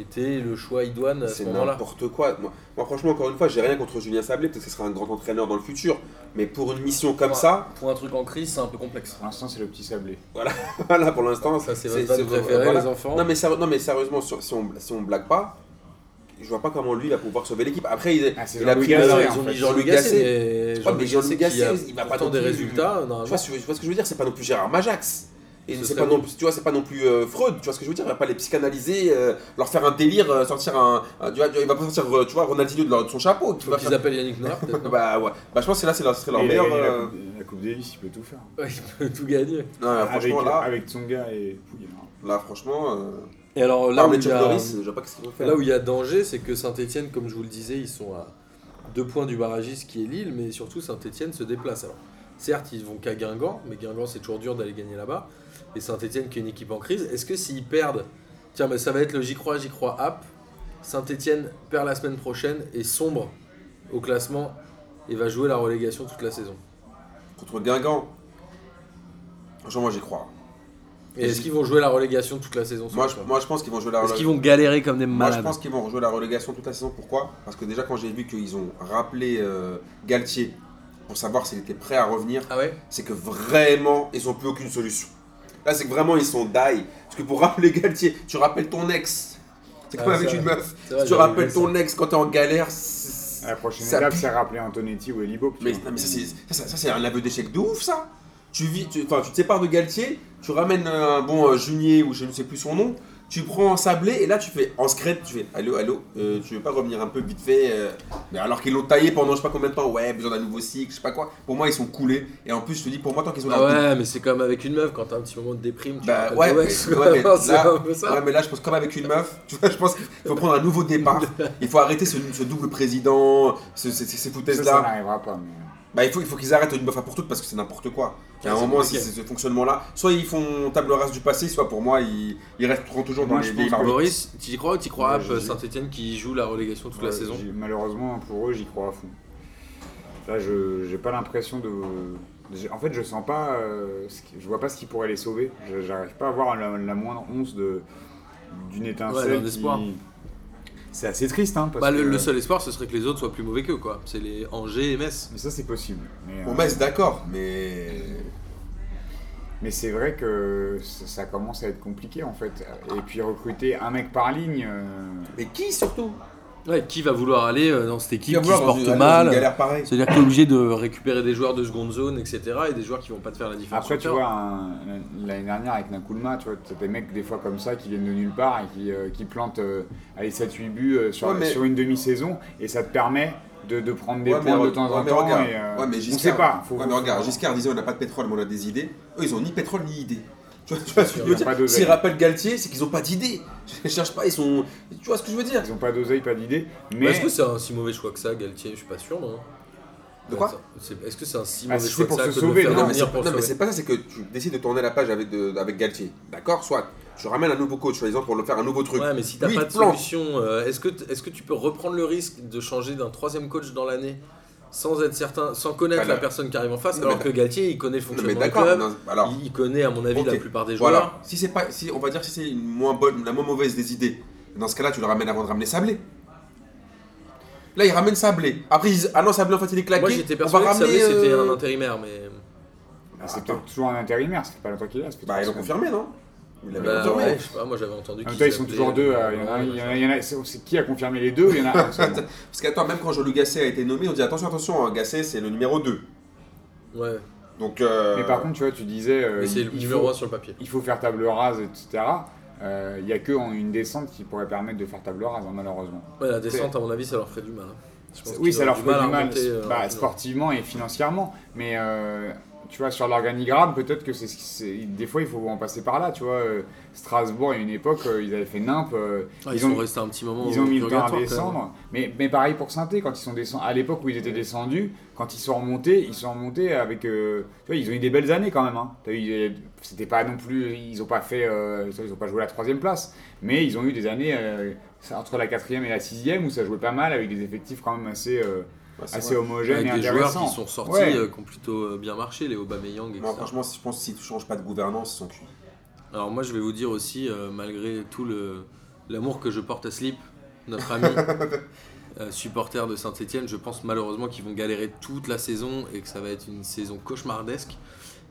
était le choix idoine à ce C'est moment-là n'importe quoi. Moi, moi, franchement, encore une fois, j'ai rien contre Julien Sablé, peut-être que ce sera un grand entraîneur dans le futur, mais pour une mission comme Ouais. ça, Pour un truc en crise, c'est un peu complexe. Pour l'instant, c'est le petit sablé. voilà pour l'instant. Ça, c'est votre vanne préférée, voilà. les enfants. non, mais sérieux- non, mais sérieusement, sur- si, on, si on blague pas, je vois pas comment lui va pouvoir sauver l'équipe. Après, il, Ah, c'est il a Jean-Louis pris Gasset, Alors, en ils ont fait. mis Jean-Louis Gasset. mais Ouais, mais Jean-Louis qui a Gasset, il va pas pourtant des non plus- résultats. normalement. Tu vois, ce- tu vois ce que je veux dire C'est pas non plus Gérard Majax. Et Ce c'est serait pas, non bon. plus- tu vois, c'est pas non plus euh, Freud, tu vois ce que je veux dire Il va pas les psychanalyser, euh, leur faire un délire, euh, sortir un. un- tu vois, il va pas sortir euh, tu vois, Ronaldinho de, leur- de son chapeau. Tu Faut vas qu'ils faire- appellent Yannick Noir, peut-être. non Bah ouais, bah, je pense que là c'est leur, ce serait leur Et meilleur. la, et la euh, coupe, la Coupe Davis, il peut tout faire. Ouais, Il peut tout gagner. non, là, avec, franchement, là, avec Tsonga et Pouille. hein. là, franchement, euh, Et alors là là, où les il y a- Doris, je vois pas qu'est-ce qu'ils vont faire. Là où il y a danger, c'est que Saint-Etienne, comme je vous le disais, ils sont à deux points du barragiste qui est Lille, mais surtout Saint-Etienne se déplace. Alors, certes, ils vont qu'à Guingamp, mais Guingamp, c'est toujours dur d'aller gagner là-bas. Et Saint-Etienne, qui est une équipe en crise, est-ce que s'ils perdent, tiens, mais ça va être le J'y crois, J'y crois app, Saint-Etienne perd la semaine prochaine et sombre au classement et va jouer la relégation toute la saison. Contre Guingamp, franchement, moi j'y crois. Et est-ce qu'ils vont jouer la relégation toute la saison ce Moi je, soir moi je pense qu'ils vont jouer la Est-ce relégation. qu'ils vont galérer comme des Moi, malades je pense qu'ils vont rejouer la relégation toute la saison. Pourquoi Parce que déjà, quand j'ai vu qu'ils ont rappelé euh, Galtier pour savoir s'il était prêt à revenir, Ah ouais c'est que vraiment, ils n'ont plus aucune solution. Là, c'est que vraiment, ils sont die. Parce que pour rappeler Galtier, tu rappelles ton ex. C'est comme Ah, avec c'est une vrai. meuf. C'est vrai, tu j'avais Ah, rappelles vu ton ex quand t'es en galère. c'est- La prochaine Ça étape, pue. c'est rappeler Antonetti ou Elibo. Mais, non, mais ça, c'est- ça, ça, ça, c'est un aveu d'échec de ouf, ça. Tu, vis, tu, enfin, tu te sépares de Galtier, tu ramènes euh, un bon euh, Junier ou je ne sais plus son nom, tu prends un sablé et là tu fais en secret, tu fais allô, allô, euh, tu veux pas revenir un peu vite fait euh, Mais alors qu'ils l'ont taillé pendant je sais pas combien de temps, ouais, besoin d'un nouveau cycle, je sais pas quoi. Pour moi, ils sont coulés et en plus, je te dis, pour moi, tant qu'ils ont Ah leur- ouais, mais c'est comme avec une meuf quand t'as un petit moment de déprime. Tu Bah rappelles ouais, ton ex, mais- quoi. ouais, mais c'est là- un peu ça. Ouais, mais là, je pense comme avec une meuf, tu vois, je pense qu'il faut prendre un nouveau départ. Il faut arrêter ce, ce double président, ce- ce- ces ça, foutaises-là. ça n'arrivera pas. mais- Bah, il faut, il faut qu'ils arrêtent une meuf à pour toutes parce que c'est n'importe quoi. Il y a un Ouais, c'est moment, c'est compliqué. c'est ce fonctionnement-là. Soit ils font table rase du passé, soit pour moi, ils, ils resteront toujours dans Moi, les je vieilles pense que marmites. Boris, tu y crois ou tu crois Ouais, à j'y- Saint-Etienne qui joue la relégation toute Ouais, la saison euh, j'y- Malheureusement, pour eux, j'y crois à fond. Là, je j'ai pas l'impression de. j'ai- En fait, je sens pas. euh, ce qui- je vois pas ce qui pourrait les sauver. Je- J'arrive pas à voir la, la moindre once de d'une Ouais, étincelle. d'un qui- espoir. C'est assez triste, hein. Parce Bah, que, le, le seul espoir, ce serait que les autres soient plus mauvais qu'eux, quoi. C'est les Angers et Metz. Mais ça, c'est possible. Mais, Bon, euh, mais c'est d'accord, mais. mais c'est vrai que ça, ça commence à être compliqué, en fait. Et puis recruter un mec par ligne. euh, Mais qui surtout Ouais, qui va vouloir aller euh, dans cette équipe va qui, vouloir se dans porte une- dans Une mal euh, galère pareille. C'est-à-dire que t'es obligé de récupérer des joueurs de seconde zone, etc. et des joueurs qui vont pas te faire la différence. Après, sur tu le terrain. vois, un- l'année dernière avec Nakulma, tu vois, t'as des mecs des fois comme ça qui viennent de nulle part et qui, euh, qui plantent euh, allez, 7-8 buts euh, sur, Ouais, mais- sur une demi-saison et ça te permet de, de prendre des Ouais, mais points de re- temps ouais, en mais temps. regarde. et, euh, Ouais, mais on Giscard, sait pas. Faut, ouais, mais regarde, Giscard disait on n'a pas de pétrole, mais on a des idées. Eux, ils ont ni pétrole ni idée. Tu vois, tu vois ce que je veux Il y a pas dire d'oseille. S'ils rappellent Galtier, c'est qu'ils ont pas d'idée. Je cherche pas, ils sont. Tu vois ce que je veux dire Bah, Ils ont pas d'oseille, pas d'idée. Mais Mais Est-ce que c'est un si mauvais choix que ça, Galtier Je suis pas sûr, non De quoi hein. C'est- Est-ce que c'est un si Ah, mauvais si choix c'est pour que ça se que de le sauver, Non, faire non, mais venir c'est pour non, mais sauver c'est pas ça, c'est que tu décides de tourner la page avec, de- avec Galtier. D'accord, soit tu ramènes un nouveau coach, soi-disant, pour le faire un nouveau truc. Ouais, mais si t'as Lui, pas il de plante. solution, euh, est-ce que, t- est-ce que tu peux reprendre le risque de changer d'un troisième coach dans l'année sans être certain, sans connaître Ah, la là. personne qui arrive en face, Non, alors mais que Galtier, il connaît le Non, mais fonctionnement du d'accord, club, non, alors, il, il connaît à mon avis la Ok, plupart des hein. joueurs. voilà. Si c'est pas, si on va dire si c'est une moins bonne, la moins mauvaise des idées, dans ce cas-là, tu le ramènes avant de ramener Sablé. Là, il ramène Sablé. Après, ils disent, ah non, Sablé, en fait, il est claqué. Moi j'étais on persuadé va que Sablé, ramener, c'était euh, un intérimaire, mais Mais bah, C'est peut-être toujours un intérimaire, ça fait pas longtemps qu'il est là. ça fait Bah, trois ils l'ont semaines. confirmé, non Ils l'avaient Bah, confirmé. ouais, je sais pas, moi j'avais entendu. En même qu'ils temps, Ah, ils sont appelaient, toujours deux. euh, euh, Il y en a un- ouais, il y en a- il y en a- c'est c'est qui a confirmé les deux Il y en a un seulement. Parce qu'attends, même quand Jean-Luc Gasset a été nommé, on dit attention, attention, hein, Gasset, c'est le numéro 2. Ouais, Donc, euh, Mais par contre, tu vois, tu disais. euh, mais c'est il- le il numéro faut- 1 sur le papier. il faut faire table rase, etc. Euh, Il n'y a que en une descente qui pourrait permettre de faire table rase, hein, malheureusement. Ouais, la descente, à mon avis, ça leur ferait du mal. hein. Je pense Oui, qu'ils ça auraient leur fait à du mal remonter, euh, bah, rapidement. sportivement et financièrement, mais euh, tu vois, sur l'organigramme, peut-être que c'est ce qui- c'est- des fois il faut en passer par là. Tu vois, euh, Strasbourg, à une époque, euh, ils avaient fait Nimp, euh, Ah, ils ils, ont- sont restés un petit moment. ils ont au mis le temps purgatoire, à quand même. hein. descendre. Mais, mais pareil pour saint quand ils sont descendus, à l'époque où ils étaient descendus, quand ils sont remontés, ils sont remontés avec. euh, tu vois, ils ont eu des belles années quand même. hein. T'as eu des- C'était pas non plus. Ils ont pas fait. euh, tu vois, ils ont pas joué la troisième place, mais ils ont eu des années euh, ça, entre la quatrième et la sixième où ça jouait pas mal avec des effectifs quand même assez. euh, bah, c'est assez vrai. homogène Avec et des joueurs intéressant. qui sont sortis, Ouais. euh, qui ont plutôt euh, bien marché, les Aubameyang, etc. Moi, franchement, si- je pense que si tu changes pas de gouvernance, ils sont cuits. Alors moi, je vais vous dire aussi, euh, malgré tout le- l'amour que je porte à Slip, notre ami euh, supporter de Saint-Etienne, je pense malheureusement qu'ils vont galérer toute la saison et que ça va être une saison cauchemardesque.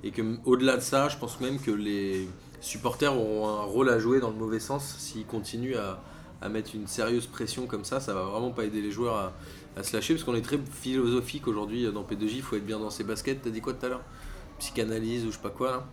Et que au-delà de ça, je pense même que les supporters auront un rôle à jouer dans le mauvais sens s'ils continuent à, à mettre une sérieuse pression comme ça. Ça va vraiment pas aider les joueurs à, à se lâcher parce qu'on est très philosophique aujourd'hui euh, dans P2J. Il faut être bien dans ses baskets. T'as dit quoi tout à l'heure Psychanalyse ou je sais pas quoi. là.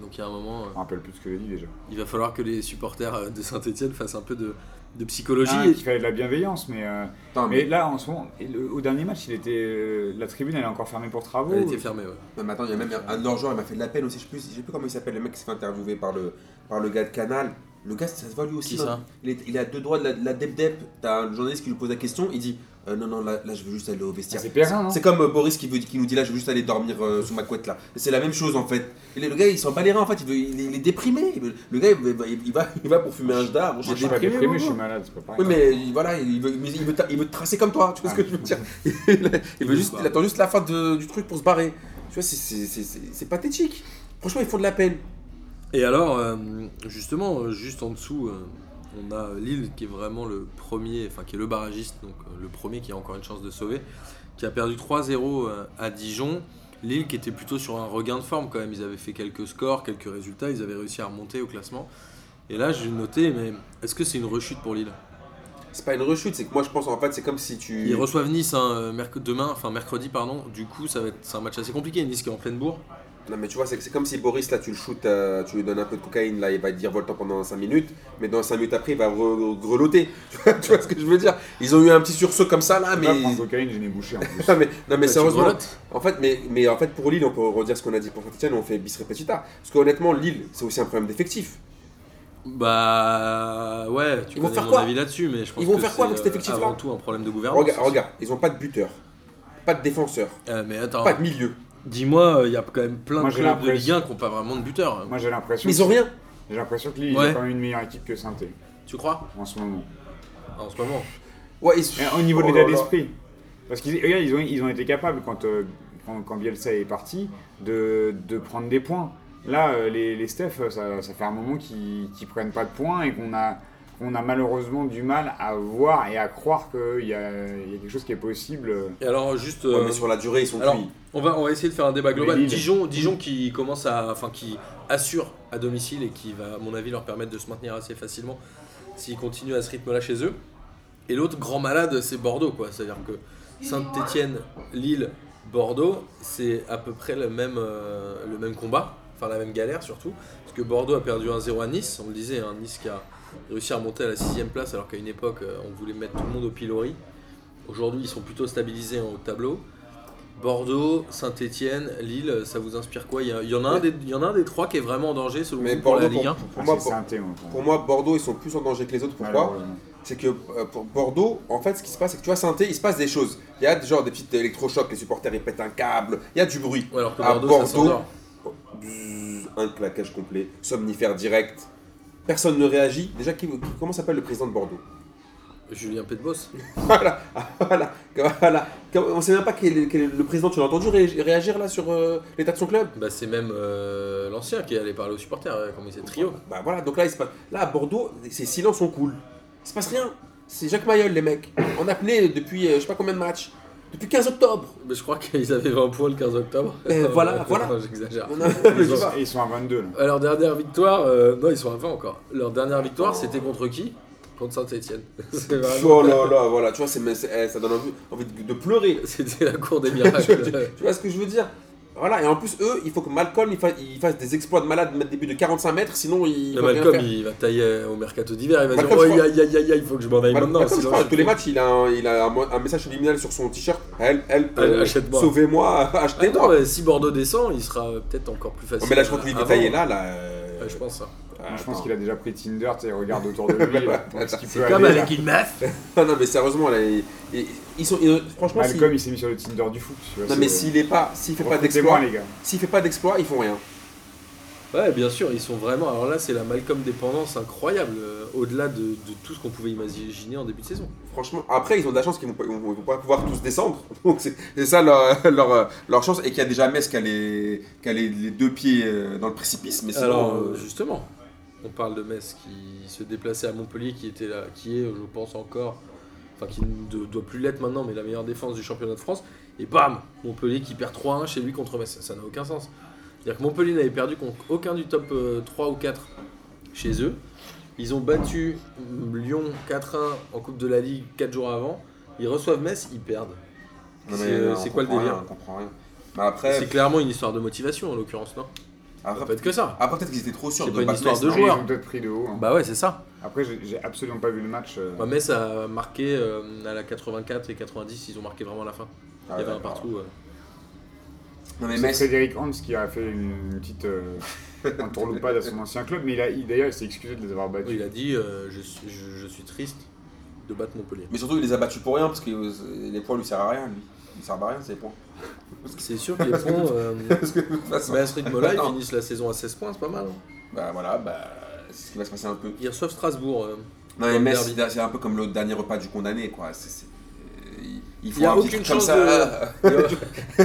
Donc il y a un moment. euh, Je me rappelle plus ce que j'ai dit déjà. il va falloir que les supporters euh, de Saint-Etienne fassent un peu de, de psychologie. Ah, qu'il fallait de la bienveillance, mais, euh, Putain, mais mais, là en ce moment, et le- au dernier match, il était euh, la tribune, elle est encore fermée pour travaux. Elle était fermée, ouais. non, mais attends, il y a même un de leurs joueurs, il m'a fait de la peine aussi. Je sais plus, je sais plus comment il s'appelle, le mec qui s'est fait interviewer par le, par le gars de Canal. Le gars, ça se voit lui aussi. Qui dans- ça il, est, il a deux doigts de la, de la dep dep. T'as un journaliste qui lui pose la question, il dit euh, Non, non, là, là, je veux juste aller au Ah, vestiaire. C'est Perrin, non C'est comme euh, Boris qui, veut, qui nous dit là, je veux juste aller dormir euh, sous ma couette là. C'est la même chose en fait. Et le, le gars, il s'en bat les reins en fait, il, veut- il est- il est déprimé. Il veut- le gars, il, va- il va, il va pour fumer un jdar. Moi, je suis pas déprimé, je suis malade, c'est pas pareil. Oui, mais il- voilà, il veut, mais il veut, ta- il veut te tracer comme toi, tu vois ce que je veux dire Ah, Il, veut Bah. juste, il attend juste la fin de- du truc pour se barrer. Tu vois, c'est- c'est- c'est c'est- c'est pathétique. Franchement, ils font de la peine. Et alors, euh, justement, euh, juste en dessous, euh, on a Lille qui est vraiment le premier, enfin qui est le barragiste, donc euh, le premier qui a encore une chance de sauver, qui a perdu 3-0 euh, à Dijon. Lille qui était plutôt sur un regain de forme quand même, ils avaient fait quelques scores, quelques résultats, ils avaient réussi à remonter au classement. Et là, j'ai noté, mais est-ce que c'est une rechute pour Lille C'est pas une rechute, c'est que moi je pense en fait, c'est comme si tu. Ils reçoivent Nice hein, euh, merc- demain, enfin mercredi, pardon. Du coup, ça va être c'est un match assez compliqué. Nice qui est en pleine bourre. Non, mais tu vois, c'est c'est comme si Boris là, tu le shootes, euh, tu lui donnes un peu de cocaïne, là, il va te dire volant pendant 5 minutes, mais dans 5 minutes après, il va re- grelotter. tu vois ce que je veux dire Ils ont eu un petit sursaut comme ça là, Je mais. peux pas prendre cocaïne, j'ai les bouché en plus. Non mais, non, mais Bah, tu sérieusement, grelottes. en fait, mais, mais en fait pour Lille, on peut redire ce qu'on a dit pour Saint-Etienne, on fait bis repetita. Parce qu'honnêtement, Lille, c'est aussi un problème d'effectif. Bah ouais, tu Ils vont connais faire mon quoi avis là-dessus, mais je pense Ils vont que faire quoi c'est, avec cet euh, effectif-là Avant tout, un problème de gouvernance. Regarde, regarde, ils ont pas de buteur, pas de défenseur, Euh, mais attends, pas de milieu. dis-moi, il y a quand même plein Moi, de j'ai clubs de l'impression- Ligue 1 qui n'ont pas vraiment de buteur. hein. Moi j'ai l'impression. Mais ils ont que- rien. J'ai l'impression que Lille Ouais. est quand même une meilleure équipe que saint Tu crois en ce moment. En ce moment. Ouais, ils... Et au niveau de Oh l'état là là. d'esprit. Parce qu'ils regarde, ils ont, ils ont été capables, quand, euh, quand, quand Bielsa est parti, de, de prendre des points. Là, euh, les, les Steph, euh, ça, ça fait un moment qu'ils ne prennent pas de points et qu'on a, qu'on a malheureusement du mal à voir et à croire qu'il y a, il y a quelque chose qui est possible. Et alors juste, Ouais, euh, mais sur la durée, ils sont alors cuits. on va on va essayer de faire un débat global. Lille- Dijon, Dijon qui commence à, enfin qui assure à domicile et qui va, à mon avis, leur permettre de se maintenir assez facilement s'ils continuent à ce rythme-là chez eux. Et l'autre grand malade, c'est Bordeaux, quoi. C'est-à-dire que Saint-Étienne, Lille, Bordeaux, c'est à peu près le même, euh, le même combat, enfin la même galère surtout, parce que Bordeaux a perdu 1-0 à Nice, on le disait, hein, Nice qui a réussi à remonter à la sixième place alors qu'à une époque euh, on voulait mettre tout le monde au pilori. Aujourd'hui ils sont plutôt stabilisés en haut de tableau. Bordeaux, Saint-Étienne, Lille, ça vous inspire quoi il y, a- il y en a un Ouais. des, il y en a un des trois qui est vraiment en danger selon Mais vous pour la Bordeaux, Ligue 1 pour, pour moi, pour, c'est un thé, moi, pour- pour moi, Bordeaux, ils sont plus en danger que les autres. Pourquoi malheureusement. c'est que euh, pour Bordeaux, en fait, ce qui se passe, c'est que tu vois, Saint-Étienne, il se passe des choses. Il y a genre des petites électrochocs, les supporters ils pètent un câble, il y a du bruit. Ouais, alors que À Bordeaux, ça Bordeaux, s'endort. Bzzz, un claquage complet, somnifère direct. Personne ne réagit. Déjà, qui, comment s'appelle le président de Bordeaux Julien Petbos. Voilà, voilà, voilà. On sait même pas quel est, quel est le président. Tu l'as entendu ré- réagir là sur euh, l'état de son club Bah, c'est même euh, l'ancien qui est allé parler aux supporters, euh, comment il s'est trio. Bah voilà, donc là, il se passe... là à Bordeaux, ces silences sont cool. Il se passe rien. C'est Jacques Mayol, les mecs. En apnée depuis euh, je sais pas combien de matchs. Depuis 15 octobre. Mais je crois qu'ils avaient 20 points le 15 octobre. Eh, voilà, Non, voilà. J'exagère. On a- Ils je sais sont, pas. ils sont à 22 là. Euh, Leur dernière victoire, euh, non, ils sont à 20 encore. Leur dernière victoire, c'était contre qui Contre Saint-Etienne. C'est Bah, vraiment- Oh là là, voilà, tu vois, c'est, mais c'est- eh, ça donne envie, envie de, de pleurer. C'était la cour des tu, miracles. tu vois ce que je veux dire Voilà, et en plus, eux, il faut que Malcolm il fasse, il fasse des exploits de malade, mettre des buts de 45 mètres, sinon il. Le va rien Malcolm, faire. il va tailler au mercato d'hiver. Il va Malcolm, dire je Oh, crois- aïe, aïe, aïe, aïe, il faut que je m'en aille Mal- maintenant. Malcolm, je sinon crois, je- à tous les matchs, il a un, il a un, mo- un message subliminal sur son t-shirt. Elle, elle, Allez, achète-moi. sauvez-moi, Ah non, achetez-moi. mais si Bordeaux descend, il sera peut-être encore plus Non, facile. mais là, je crois que lui, il va à tailler vendre. là. là euh, Ouais, je pense hein. ça. ah, Moi, je pense attends. qu'il a déjà pris Tinder, tu sais, il regarde autour de lui, là, pour ce qu'il peut Comme aller. là. avec une meuf. Ah, non, mais sérieusement, là, il- il- ils sont. ils- franchement, s'il- Malcolm, il s'est mis sur le Tinder du foot. Tu vois, non, c'est- mais s'il est pas, s'il fait pas Recrutez-moi, d'exploit, les gars. s'il fait pas d'exploit, ils font rien. Ouais, bien sûr, ils sont vraiment. Alors là, c'est la Malcolm dépendance incroyable, euh, au-delà de, de tout ce qu'on pouvait imaginer en début de saison. Franchement, après, ils ont de la chance qu'ils vont, pas- ils vont pas pouvoir tous descendre. Donc, c'est c'est ça leur, leur, leur chance. Et qu'il y a déjà Metz qui a les, qui a les, les deux pieds euh, dans le précipice. Mais sinon, Alors, euh, euh, justement, on parle de Metz qui se déplaçait à Montpellier, qui était là, qui est, je pense encore, enfin qui ne do- doit plus l'être maintenant, mais la meilleure défense du championnat de France. Et bam, Montpellier qui perd 3-1 chez lui contre Metz. Ça n'a aucun sens. C'est-à-dire que Montpellier n'avait perdu contre aucun du top euh, 3 ou 4 chez eux. Ils ont battu euh, Lyon 4-1 en Coupe de la Ligue 4 jours avant. Ils reçoivent Metz, ils perdent. non, mais c'est- euh, on c'est quoi le comprend délire rien, On comprend rien. Mais après, C'est clairement une histoire de motivation en l'occurrence, non Ça après, peut être que ça. après, peut-être qu'ils étaient trop sûrs C'est de pas une battre histoire Metz, de non Mais Ils joueurs. ont peut-être pris de haut. hein. Bah ouais, c'est ça. Après, j'ai j'ai absolument pas vu le match. euh, Ouais, Metz a marqué euh, à la 84 et 90, ils ont marqué vraiment à la fin. Ah, Il y avait un d'accord. partout. ouais. Non, mais C'est Metz, Frédéric Hans qui a fait une petite euh, entourloupade à son ancien club, mais il a- il- d'ailleurs il s'est excusé de les avoir Oui, battus. il a dit euh, je, suis- je- je suis triste de battre Montpellier. mais surtout, il les a battus pour rien parce que euh, les points lui servent à rien. Lui. Ils servent à rien, ces points. C'est sûr que les ponts, euh, Parce que de toute façon, mais à ce rythme-là, ils Non. finissent la saison à 16 points, c'est pas mal. hein. bah voilà, bah, c'est ce qui va se passer un peu. Ils reçoivent Strasbourg. euh. Non, mais Metz, Derby. c'est c'est un peu comme le dernier repas du condamné, quoi. C'est- c'est- euh, Il faut Il y a un petit aucune truc comme chance ça. de-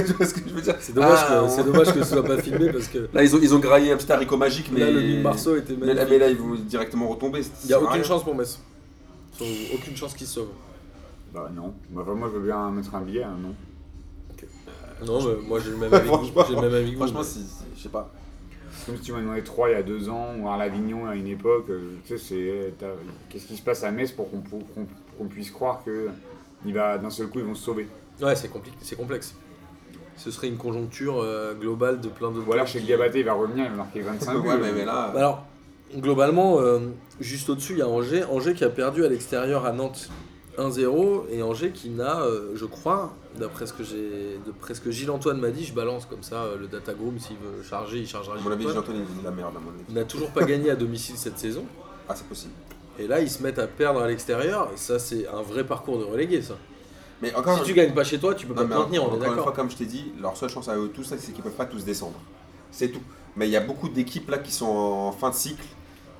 tu vois ce que je veux dire C'est dommage, Ah, que- on- c'est dommage que ce soit pas filmé parce que Là, ils ont, ils ont graillé un petit haricot magique, mais. là, le mine Marceau était mais, là, magnifique. mais là, ils vont directement retomber. Il n'y a aucune chance pour Metz. Ils ont aucune chance qu'ils se sauvent. Bah non, Bah, enfin, moi je veux bien mettre un billet, hein, non. Non, mais moi j'ai le même avis que vous. Franchement, J'ai le même avis que vous, Franchement, mais- si, si- je sais pas. Comme si tu m'as demandé Troyes il y a deux ans, ou Arlavignon à une époque, euh, tu sais, c'est. euh, t'as- Qu'est-ce qui se passe à Metz pour qu'on pour qu'on- pour qu'on puisse croire que il va d'un seul coup ils vont se sauver Ouais, c'est compliqué, c'est complexe. Ce serait une conjoncture euh, globale de plein d'autres. Ou alors clubs chez qui- Diabaté il va revenir, il va marquer 25 buts. Ouais, mais, mais là. Ah Bah Alors, globalement, euh, juste au-dessus, il y a Angers. Angers qui a perdu à l'extérieur à Nantes 1-0. Et Angers qui n'a, euh, je crois, d'après ce que j'ai, d'après ce que Gilles-Antoine m'a dit, je balance comme ça euh, le datagroom, s'il veut charger, il chargera à mon avis, Gilles-Antoine. Jean-Antoine, il dit de la merde, à mon avis. N'a toujours pas gagné à domicile cette saison. Ah, c'est possible. Et là, ils se mettent à perdre à l'extérieur. Et ça, c'est un vrai parcours de relégué, ça. Mais encore si tu gagnes pas chez toi, tu peux Non, pas te mais maintenir, encore on est une fois, d'accord. comme je t'ai dit, leur seule chance à eux tous, c'est qu'ils peuvent pas tous descendre. C'est tout. Mais il y a beaucoup d'équipes là qui sont en fin de cycle,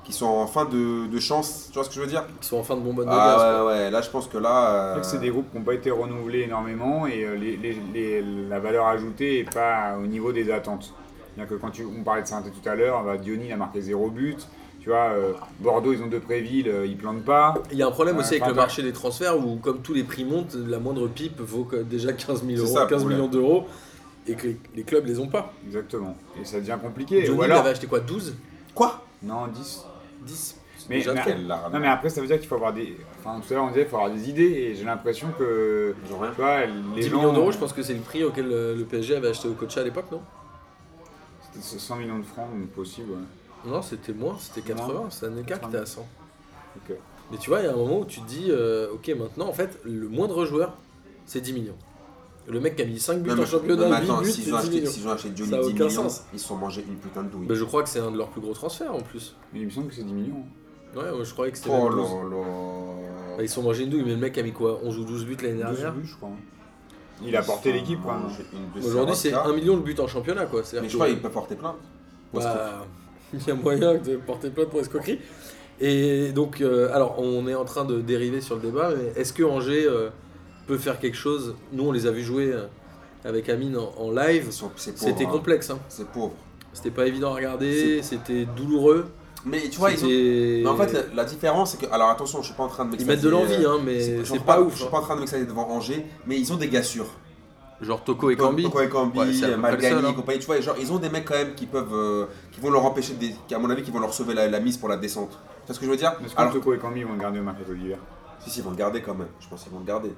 qui sont en fin de, de chance. Tu vois ce que je veux dire Ils sont en fin de bonbonne de gaz. Ah ouais, ouais, là je pense que là. C'est euh, vrai que c'est des groupes qui n'ont pas été renouvelés énormément et euh, les- les- les- la valeur ajoutée n'est pas au niveau des attentes. C'est-à-dire que quand tu, on parlait de saint tout à l'heure, bah, Diony il a marqué zéro but. Tu vois, euh, Bordeaux, ils ont deux Préville, euh, ils plantent pas. Il y a un problème Ouais, aussi avec enfin, le t'as- marché des transferts où, comme tous les prix montent, la moindre pipe vaut que- déjà 15, 000 C'est euros, ça, le 15 problème. millions d'euros et que les, les clubs les ont pas. Exactement. Et ça devient compliqué. Johnny, Ou il alors. avait acheté quoi 12 euh, Quoi Non, 10. 10 C'est Mais- déjà mais- trop. Quelle larme. Non, mais après, ça veut dire qu'il faut avoir des. Enfin, tout à l'heure, on disait qu'il faut avoir des idées et j'ai l'impression que. Ils ont rien. Tu vois, les 10 gens- millions d'euros, je pense que c'est le prix auquel euh, le PSG avait acheté au coach à l'époque, non C'était 100 millions de francs, donc possible. ouais. Non, c'était moins, c'était 80, c'est un écart qui était à 100. Ok. Mais tu vois, il y a un moment où tu te dis, euh, ok, maintenant, en fait, le moindre joueur, c'est 10 millions. Le mec qui a mis 5 buts Non, en mais- non, mais championnat, 8 attends, buts, s'ils ont, c'est 10 acheté- millions. s'ils ont acheté Johnny Ça a 10 aucun millions, sens. ils se sont mangés une putain de douille. Mais je crois que c'est un de leurs plus gros transferts en plus. Mais il me semble que c'est 10 millions. hein. Ouais, ouais, je croyais que c'était oh même là 12. Oh là. Bah, ils sont mangés une douille, mais le mec a mis quoi 11 ou 12 buts l'année 12 dernière buts, je crois. hein. euh, Il a porté l'équipe, quoi. J'ai une de ces Aujourd'hui, c'est remarques-là. 1 million de buts en championnat, quoi. C'est-à-dire Mais je que- crois qu'il peut porter plainte. Parce que- Bah, il y a moyen de porter plainte pour escroquerie. Et donc, euh, alors, on est en train de dériver sur le débat, mais est-ce que Angers euh, peut faire quelque chose Nous, on les a vus jouer euh, avec Amine en, en live. Ils sont- C'est pauvre. C'était hein. complexe, hein. C'est pauvre. c'était pas évident à regarder, c'était douloureux. Mais tu vois, ils ont- c'était- Mais en fait, la, la différence, c'est que. Alors attention, je suis pas en train de ils m'extasier. mettent de l'envie, euh, hein, mais je suis c'est pas Je ouf. suis hein. pas en train de m'extasier devant Angers, mais ils ont des gars sûrs. Genre Toko et Cambi. Toko et Cambi, Ouais, c'est à peu près le Malgani, seul, hein. compagnie. Tu vois, et genre, ils ont des mecs quand même qui peuvent. euh, qui vont leur empêcher. De, dé- qui, à mon avis, qui vont leur sauver la, la mise pour la descente. Tu vois ce que je veux dire Est-ce que Alors, Toko et Cambi vont le garder au mercato d'hiver si, si, ils vont le garder quand même. Je pense qu'ils vont le garder.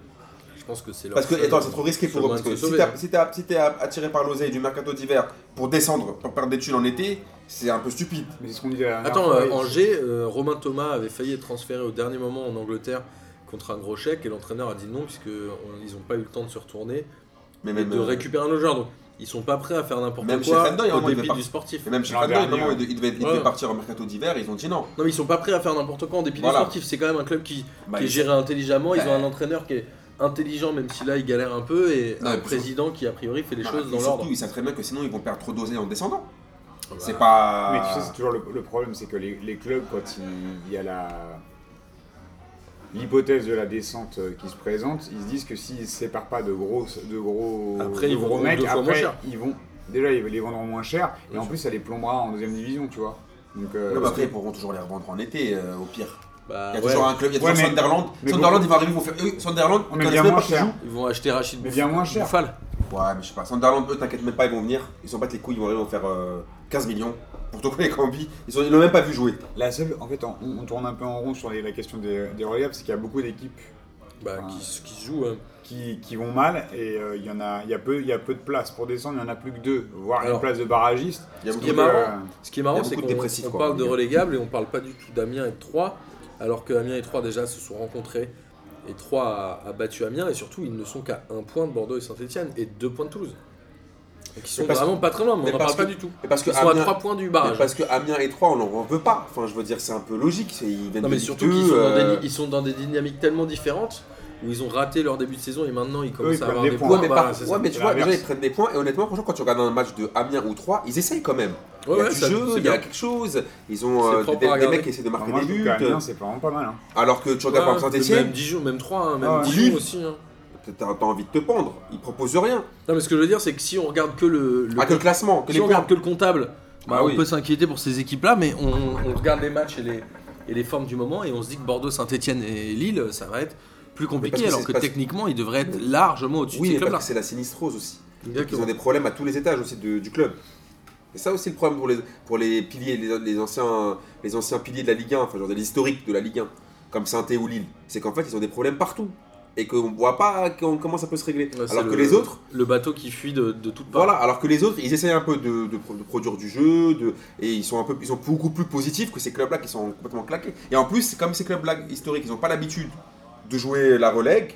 Je pense que c'est leur Parce que, seul- attends, c'est trop risqué pour seul eux. Parce moyen de que se si sauver, t'es hein. attiré par l'oseille du mercato d'hiver pour descendre, pour perdre des tuiles en été, c'est un peu stupide. Mais c'est ce qu'on disait la dernière Attends, fois, euh, et- Angers, euh, Romain Thomas avait failli être transféré au dernier moment en Angleterre contre un gros chèque et l'entraîneur a dit non puisque on- ils n'ont pas eu le temps de se retourner Mais et même. de euh, récupérer un autre joueur. Donc ils sont pas prêts à faire n'importe Même chez quoi Fred Doyle, à un au moment, il devait dépit pas- du sportif. Et même chez L'an Fred Doyle, dernier, vraiment, il devait- il devait il devait Ouais. partir au mercato d'hiver, ils ont dit non. Non mais ils sont pas prêts à faire n'importe quoi en dépit Voilà. du sportif. C'est quand même un club qui, Bah, qui est ils- géré intelligemment. Ils Bah. ont un entraîneur qui est intelligent même si là il galère un peu et Non, un et puis président qui a priori fait les Voilà, choses et dans surtout, l'ordre. ils savent très bien que sinon ils vont perdre trop d'oseille en descendant. Bah, C'est pas. Mais tu sais, c'est toujours le, le problème, c'est que les, les clubs, quand il- il y a la l'hypothèse de la descente euh, qui se présente, ils se disent que s'ils ne séparent pas de gros, de gros, Après, de ils gros vendront mecs, deux fois après, moins cher. ils vont déjà ils les vendront moins cher, et Bien en sûr. plus ça les plombera en deuxième division, tu vois. Donc, euh, Ouais, mais après, ils pourront toujours les revendre en été, euh, au pire. bah, Il y a ouais. toujours un club, il y a Ouais, toujours mais- Sunderland. mais Sunderland, beaucoup- ils vont arriver, ils vont faire. eux, Sunderland, mais ils bien moins connaissent pas qui cher. joue. Ils vont acheter Rachid Mais bien moins cher. Boufal. Ouais, mais je sais pas. Sunderland, eux, t'inquiète même pas, ils vont venir. Ils s'en battent les couilles, ils vont arriver, ils vont faire euh, 15 millions. Pour Toko et Cambi, ils sont- ils l'ont même pas vu jouer. la seule, en fait, on, on tourne un peu en rond sur les- la question des, des relégables, c'est qu'il y a beaucoup d'équipes Bah, Ouais. qui, se- qui se joue. hein. qui, qui vont mal, et euh, il y en a, il y a peu, il y a peu de places pour descendre, il y en a plus que deux, voire Alors. une place de barragiste. euh, Il y a Ce beaucoup qui est de- marrant, Ce qui est Il y marrant, a c'est beaucoup qu'on de dépressifs, on quoi, parle de les gars. relégables et on parle pas du tout d'Amiens et de Troyes, alors que Amiens et Troyes déjà se sont rencontrés et Troyes a, a battu Amiens et surtout ils ne sont qu'à un point de Bordeaux et Saint-Etienne et deux points de Toulouse. Donc ils sont Mais parce- vraiment pas très loin, mais, mais on n'en parce parle pas que- du tout. Et parce que Ils sont à Amiens- trois points du mais barrage. parce que Amiens et 3, on n'en veut pas. Enfin, je veux dire, c'est un peu logique. c'est- Ils viennent Non de mais Ligue surtout qu'ils sont, 2, dans des- euh, ils sont dans des dynamiques tellement différentes où ils ont raté leur début de saison et maintenant ils commencent ils à prennent avoir des des points. points. Ouais, mais, Voilà, par- c'est ouais, ça. mais tu C'est vois, déjà l'inverse. ils prennent des points et honnêtement, franchement, quand tu regardes un match de Amiens ou 3, ils essayent quand même. Ouais, il y a ouais, du ça- jeu, c'est il y a bien. quelque chose. Ils ont C'est euh, propre des, à des regarder. mecs qui essaient de Alors marquer moi, des je trouve buts. qu'Amiens, c'est vraiment pas mal. hein. Alors que tu regardes Ouais, par exemple même Saint-Etienne, Dijon, même Troyes, hein, Ah même ouais. Dijon Lille. aussi. hein. t'as t'as envie de te pendre. Ils proposent rien. Non mais ce que je veux dire c'est que si on regarde que le, le Ah, que le classement, que Si les on points. regarde que le comptable, bah, Ah on oui. peut s'inquiéter pour ces équipes-là, mais on, on regarde les matchs et les, et les formes du moment et on se dit que Bordeaux, Saint-Etienne et Lille, ça va être plus parce compliqué, que alors c'est- que parce- techniquement, ils devraient être largement au-dessus Oui, de ces mais parce clubs-là. que c'est la sinistrose aussi. Ils Exactement. ont des problèmes à tous les étages aussi de- du club. Et ça aussi le problème pour les, pour les piliers, les, les anciens, les anciens piliers de la Ligue 1, enfin genre de l'historique de la Ligue 1, comme saint ou Lille, c'est qu'en fait ils ont des problèmes partout et qu'on ne voit pas qu'on- comment ça peut se régler. Ouais, c'est alors le- que les autres, Le bateau qui fuit de, de toutes parts. Voilà, alors que les autres, ils essayent un peu de, de pro- de produire du jeu, de, et ils sont, un peu, ils sont beaucoup plus positifs que ces clubs-là qui sont complètement claqués. Et en plus, comme ces clubs-là historiques, ils n'ont pas l'habitude de jouer la relègue,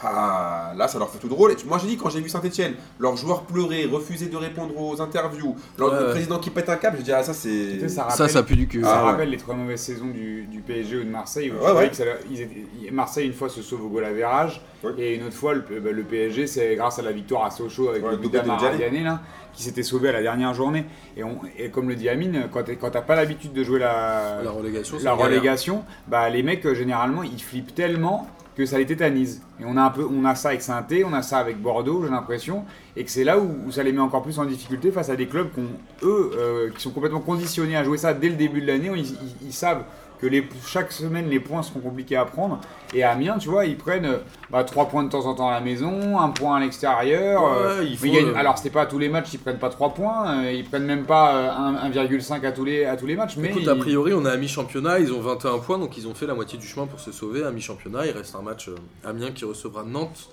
bah, là, ça leur fait tout drôle. Et tu- moi, j'ai dit, quand j'ai vu Saint-Etienne, leurs joueurs pleurer, refuser de répondre aux interviews, leur, Ouais, le ouais. président qui pète un câble, j'ai dit, ah, ça, Tu c'est. sais, ça Ça, rappelle- ça pue du cul. Ça Ah ouais. rappelle les trois mauvaises saisons du, du PSG ou de Marseille. Où tu Ouais, voyais ouais. que ça leur- ils étaient- ils- Marseille, une fois, se sauve au goal à Vérage. Ouais. Et une autre fois, le, bah, le PSG, c'est grâce à la victoire à Sochaux avec Ouais, le le but doublé de d'Amara Djallé. Diané, là, qui s'était sauvé à la dernière journée. Et, on- et comme le dit Amine, quand t'es- quand t'as pas l'habitude de jouer Ah. la, La relégation, c'est la une galère. relégation, bah, les mecs, euh, généralement, ils flippent tellement que ça les tétanise. Et on a, un peu, on a ça avec Saint-Thé, on a ça avec Bordeaux, j'ai l'impression, et que c'est là où, où ça les met encore plus en difficulté face à des clubs qui ont, eux, euh, qui sont complètement conditionnés à jouer ça dès le début de l'année. Ils, ils- ils savent que les, chaque semaine, les points seront compliqués à prendre. Et à Amiens, tu vois, ils prennent euh, bah, 3 points de temps en temps à la maison, un point à l'extérieur. Ouais, euh, il mais faut, il y a une- euh, Alors, c'est pas à tous les matchs, ils prennent pas 3 points, euh, ils prennent même pas euh, un- 1,5 à tous les, à tous les matchs. Mais Écoute, ils- a priori, on est à mi-championnat, ils ont 21 points, donc ils ont fait la moitié du chemin pour se sauver à mi-championnat. Il reste un match euh, Amiens qui recevra Nantes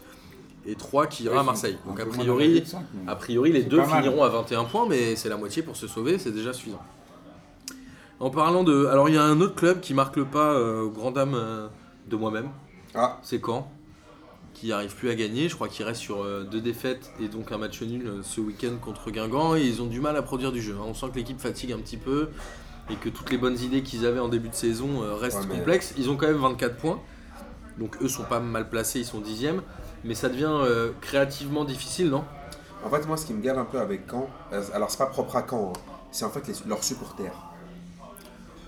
et 3 qui ira à Marseille. Donc a priori, A priori, les C'est deux pas mal. finiront à 21 points, mais c'est la moitié pour se sauver, c'est déjà suffisant. En parlant de. Alors, il y a un autre club qui marque le pas euh, aux grand dames euh, de moi-même, Ah, c'est Caen, qui n'arrive plus à gagner. Je crois qu'il reste sur euh, deux défaites et donc un match nul euh, ce week-end contre Guingamp, et ils ont du mal à produire du jeu. hein. On sent que l'équipe fatigue un petit peu et que toutes les bonnes idées qu'ils avaient en début de saison euh, restent Ouais, mais- complexes. Ils ont quand même 24 points. Donc eux sont pas mal placés, ils sont dixièmes. Mais ça devient euh, créativement difficile, non En fait, moi, ce qui me gave un peu avec Caen, euh, alors c'est pas propre à Caen, hein, c'est en fait les- leurs supporters.